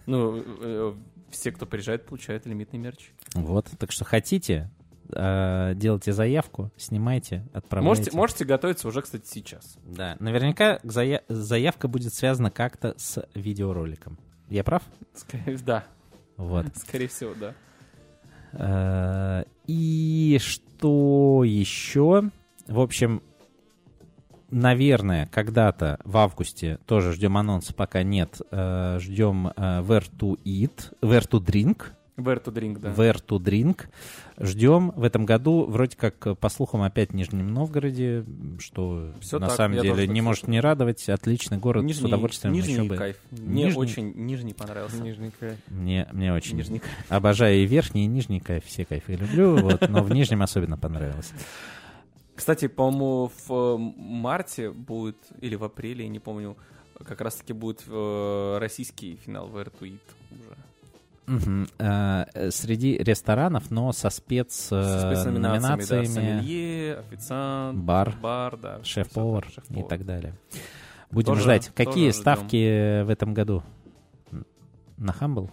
Speaker 2: Ну, э, все, кто приезжает, получают лимитный мерч.
Speaker 1: Вот, так что хотите, э, делайте заявку, снимайте, отправляйте.
Speaker 2: Можете, можете готовиться уже, кстати, сейчас.
Speaker 1: Да, наверняка к зая- заявка будет связана как-то с видеороликом. Я прав?
Speaker 2: Скорее, да,
Speaker 1: Вот.
Speaker 2: скорее всего, да.
Speaker 1: Э, И что еще? В общем, наверное, когда-то в августе тоже ждем анонса, пока нет. э, Ждем э, Where to Eat, Where to Drink.
Speaker 2: Where to drink, да.
Speaker 1: Where to Drink. Ждем. В этом году, вроде как, по слухам, опять в Нижнем Новгороде, что
Speaker 2: Всё
Speaker 1: на
Speaker 2: так,
Speaker 1: самом
Speaker 2: я
Speaker 1: деле
Speaker 2: тоже так
Speaker 1: не может не радовать. Отличный город, с
Speaker 2: Нижний-
Speaker 1: удовольствием
Speaker 2: Нижний
Speaker 1: еще бы.
Speaker 2: кайф. Мне
Speaker 1: Нижний-
Speaker 2: очень Нижний понравился.
Speaker 3: Нижний край.
Speaker 1: Мне, мне очень
Speaker 2: Нижний кайф.
Speaker 1: обожаю и верхний, и нижний кайф. Все кайфы люблю, вот, но в нижнем особенно понравилось.
Speaker 2: Кстати, по-моему, в э, марте будет, или в апреле, я не помню, как раз-таки будет э, российский финал в Эртуит уже.
Speaker 1: Мгм. Э, э, Среди ресторанов, но со спец
Speaker 2: Со
Speaker 1: э,
Speaker 2: спецноминациями, да,
Speaker 1: номинациями,
Speaker 2: сомелье, официант,
Speaker 1: бар,
Speaker 2: бар, да.
Speaker 1: шеф-повар
Speaker 2: всё так,
Speaker 1: и
Speaker 2: шеф-повар.
Speaker 1: так далее. Будем
Speaker 2: Тоже-
Speaker 1: ждать.
Speaker 2: тоже
Speaker 1: Какие
Speaker 2: ждём.
Speaker 1: ставки э, в этом году? На Хамбл?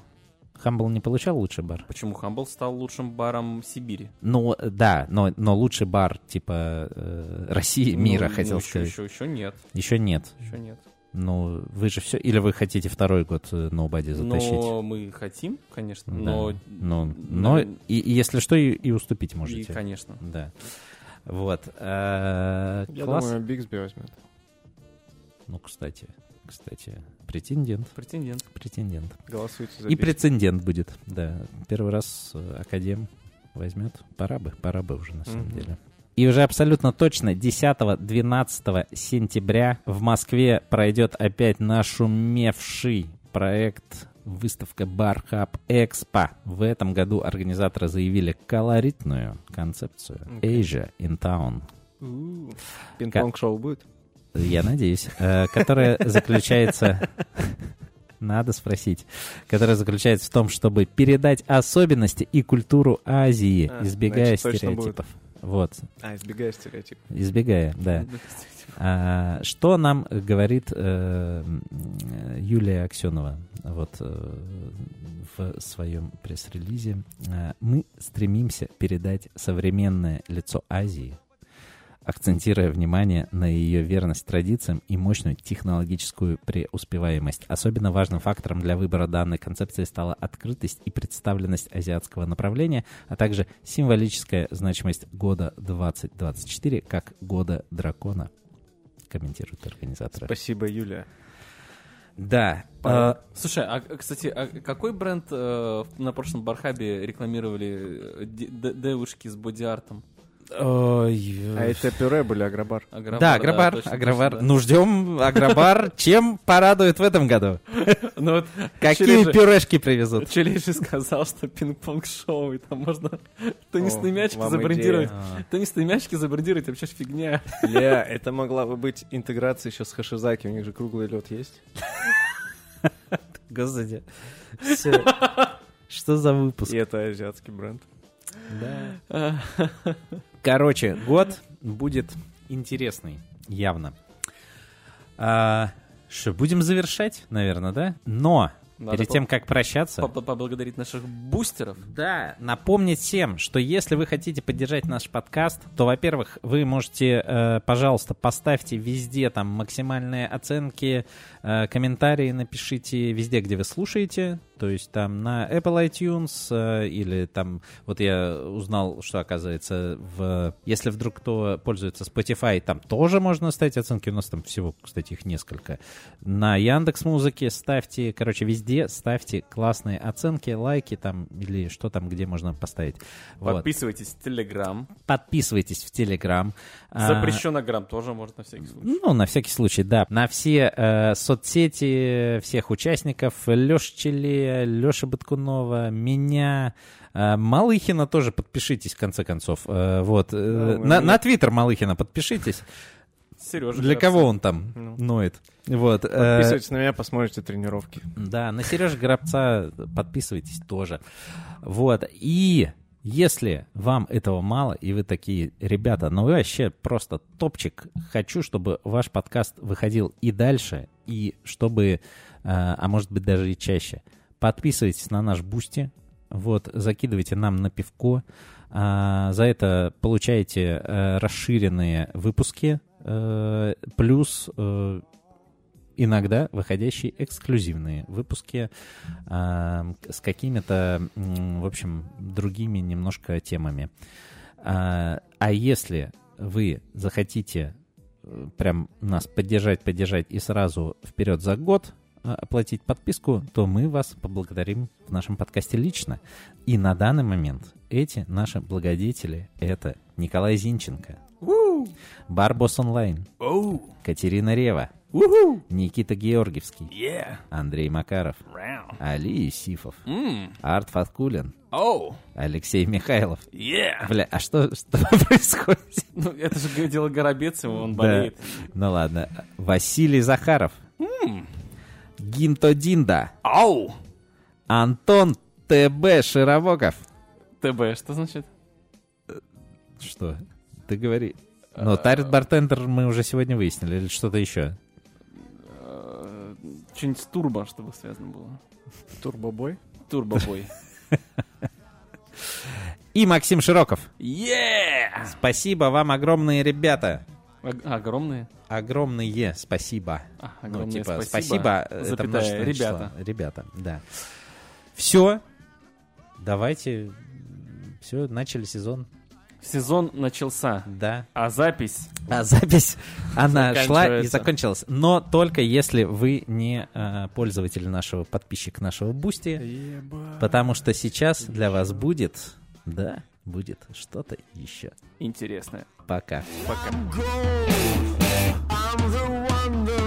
Speaker 1: Хамбл не получал лучший бар?
Speaker 2: Почему Хамбл стал лучшим баром Сибири?
Speaker 1: Ну, э, да, но, но лучший бар типа э, России,
Speaker 2: Ну,
Speaker 1: мира, хотел сказать.
Speaker 2: Еще, еще нет,
Speaker 1: Еще нет.
Speaker 2: еще нет.
Speaker 1: Ну, вы же все... Или вы хотите второй год э,
Speaker 2: Ну,
Speaker 1: Nobody затащить?
Speaker 2: Но мы хотим, конечно,
Speaker 1: Да.
Speaker 2: но...
Speaker 1: Ну, но и,
Speaker 2: Навер-
Speaker 1: и если что, и, и уступить
Speaker 2: И,
Speaker 1: можете.
Speaker 2: конечно.
Speaker 1: Да. Вот. э,
Speaker 3: Я
Speaker 1: класс.
Speaker 3: думаю, Бигсби возьмет.
Speaker 1: Ну, кстати, кстати, претендент,
Speaker 2: Претендент.
Speaker 1: претендент.
Speaker 3: Голосуйте за
Speaker 1: И
Speaker 3: Бигсби.
Speaker 1: прецедент будет, да. Первый раз э, Академ возьмет. Пора бы, пора бы уже, на самом
Speaker 3: Мгм.
Speaker 1: деле. И уже абсолютно точно 10-12 сентября в Москве пройдет опять нашумевший проект выставка Bar Hub Expo. В этом году организаторы заявили колоритную концепцию
Speaker 3: Окей.
Speaker 1: Asia in Town.
Speaker 3: У-у. Пинг-понг-шоу будет?
Speaker 1: Я надеюсь. Э, Которая заключается... Надо спросить. Которая заключается в том, чтобы передать особенности и культуру Азии,
Speaker 3: А,
Speaker 1: избегая
Speaker 3: значит, точно будет.
Speaker 1: стереотипов. Вот,
Speaker 3: А, избегая стереотипов.
Speaker 1: избегая, да. А, что нам говорит э, м, э, Юлия Аксенова вот, э, в своем пресс-релизе? А, Мы стремимся передать современное лицо Азии, акцентируя внимание на ее верность традициям и мощную технологическую преуспеваемость. Особенно важным фактором для выбора данной концепции стала открытость и представленность азиатского направления, а также символическая значимость года 2024 как года дракона, комментируют организаторы.
Speaker 3: Спасибо, Юля.
Speaker 1: Да.
Speaker 2: Пора. Слушай, а, к- кстати, а какой бренд э, в- на прошлом Бархабе рекламировали э, де- де- девушки с боди-артом?
Speaker 3: А это пюре были Агробар.
Speaker 2: Агробар,
Speaker 1: да, Агробар,
Speaker 2: точно,
Speaker 1: Агробар.
Speaker 2: точно,
Speaker 1: Ну, ждем Агробар. Чем порадует в этом году?
Speaker 2: да. Ну вот
Speaker 1: Какие
Speaker 2: Через же-
Speaker 1: пюрешки привезут?
Speaker 2: Челей же сказал, что пинг-понг-шоу, и там можно теннисные
Speaker 3: О,
Speaker 2: мячики
Speaker 3: вам
Speaker 2: забрендировать.
Speaker 1: идея.
Speaker 2: Теннисные мячики забрендировать, вообще ж фигня.
Speaker 3: Ля, это могла бы быть интеграция еще с Хашизаки, у них же круглый лед есть.
Speaker 1: Господи. Всё. Что за выпуск?
Speaker 3: И это азиатский бренд.
Speaker 1: Э,
Speaker 2: А,
Speaker 1: Короче, год будет интересный, явно. А, Что, будем завершать, наверное, да? Но
Speaker 2: Надо
Speaker 1: перед
Speaker 2: по-
Speaker 1: тем, как прощаться...
Speaker 2: по- по- Поблагодарить наших бустеров.
Speaker 1: Да, напомнить всем, что если вы хотите поддержать наш подкаст, то, во-первых, вы можете, э, пожалуйста, поставьте везде там максимальные оценки, э, комментарии напишите везде, где вы слушаете, то есть там на Apple iTunes э, или там, вот я узнал, что оказывается, в, если вдруг кто пользуется Spotify, там тоже можно ставить оценки, у нас там всего, кстати, их несколько. На Яндекс Музыке ставьте, короче, везде ставьте классные оценки, лайки там или что там, где можно поставить. Вот.
Speaker 2: Подписывайтесь в Телеграм.
Speaker 1: Подписывайтесь в Телеграм. А,
Speaker 2: Запрещено Грамм тоже можно на всякий случай.
Speaker 1: ну, на всякий случай, да. На все э, соцсети всех участников. Леша Челе, Леша Баткунова, меня. э, Малыхина тоже подпишитесь, в конце концов. Э, вот. э,
Speaker 3: Да, мы-
Speaker 1: на, на Твиттер Малыхина подпишитесь.
Speaker 2: Сережа.
Speaker 1: Для кого он там
Speaker 3: Ну.
Speaker 1: ноет? Вот. э,
Speaker 3: Подписывайтесь на меня, посмотрите тренировки.
Speaker 1: да, на Сережа Горобца подписывайтесь тоже. Вот. И если вам этого мало, и вы такие, ребята, ну вы вообще просто топчик, хочу, чтобы ваш подкаст выходил и дальше, и чтобы, э, а может быть даже и чаще, подписывайтесь на наш Бусти, вот, закидывайте нам на пивко, а, за это получаете э, расширенные выпуски, э, плюс э, иногда выходящие эксклюзивные выпуски а, с какими-то, м, в общем, другими немножко темами. А, а если вы захотите э, прям нас поддержать, поддержать и сразу вперед за год, а, э, оплатить подписку, то мы вас поблагодарим в нашем подкасте лично. И на данный момент эти наши благодетели — это Николай Зинченко, Барбос Онлайн, Катерина Рева, Никита Георгиевский, Андрей Макаров, Али Исифов, Арт Фаткулин, Алексей Михайлов. Бля, а что, что происходит?
Speaker 2: Ну, это же г- дело Горобецева, он
Speaker 1: Да.
Speaker 2: болеет.
Speaker 1: Ну ладно. Василий Захаров. Гинто Динда.
Speaker 2: Ау!
Speaker 1: Антон ТБ Широбоков.
Speaker 2: ТБ, что значит?
Speaker 1: Что? Ты говори. Ну, Тарит Бартендер мы уже сегодня выяснили. Или что-то еще?
Speaker 2: Э, Что-нибудь с турбо, чтобы связано было.
Speaker 3: Турбобой.
Speaker 2: Турбобой.
Speaker 1: И Максим Широков.
Speaker 2: Е!
Speaker 1: Спасибо вам огромные, ребята.
Speaker 2: Ог- Огромные.
Speaker 1: Огромное спасибо.
Speaker 2: А,
Speaker 1: Ну,
Speaker 2: огромное
Speaker 1: типа,
Speaker 2: спасибо.
Speaker 1: спасибо. э, это
Speaker 2: Запятая,
Speaker 1: множественное
Speaker 2: ребята.
Speaker 1: число. Ребята, да. Все. Давайте. Все, начали сезон.
Speaker 2: Сезон начался,
Speaker 1: Да.
Speaker 2: а запись...
Speaker 1: А запись, она шла и
Speaker 2: Заканчивается.
Speaker 1: закончилась. Но только если вы не э, пользователь нашего, подписчик нашего Бусти, потому что сейчас для вас будет, да, будет что-то еще.
Speaker 2: Интересное.
Speaker 1: Пока.
Speaker 5: I'm the wonder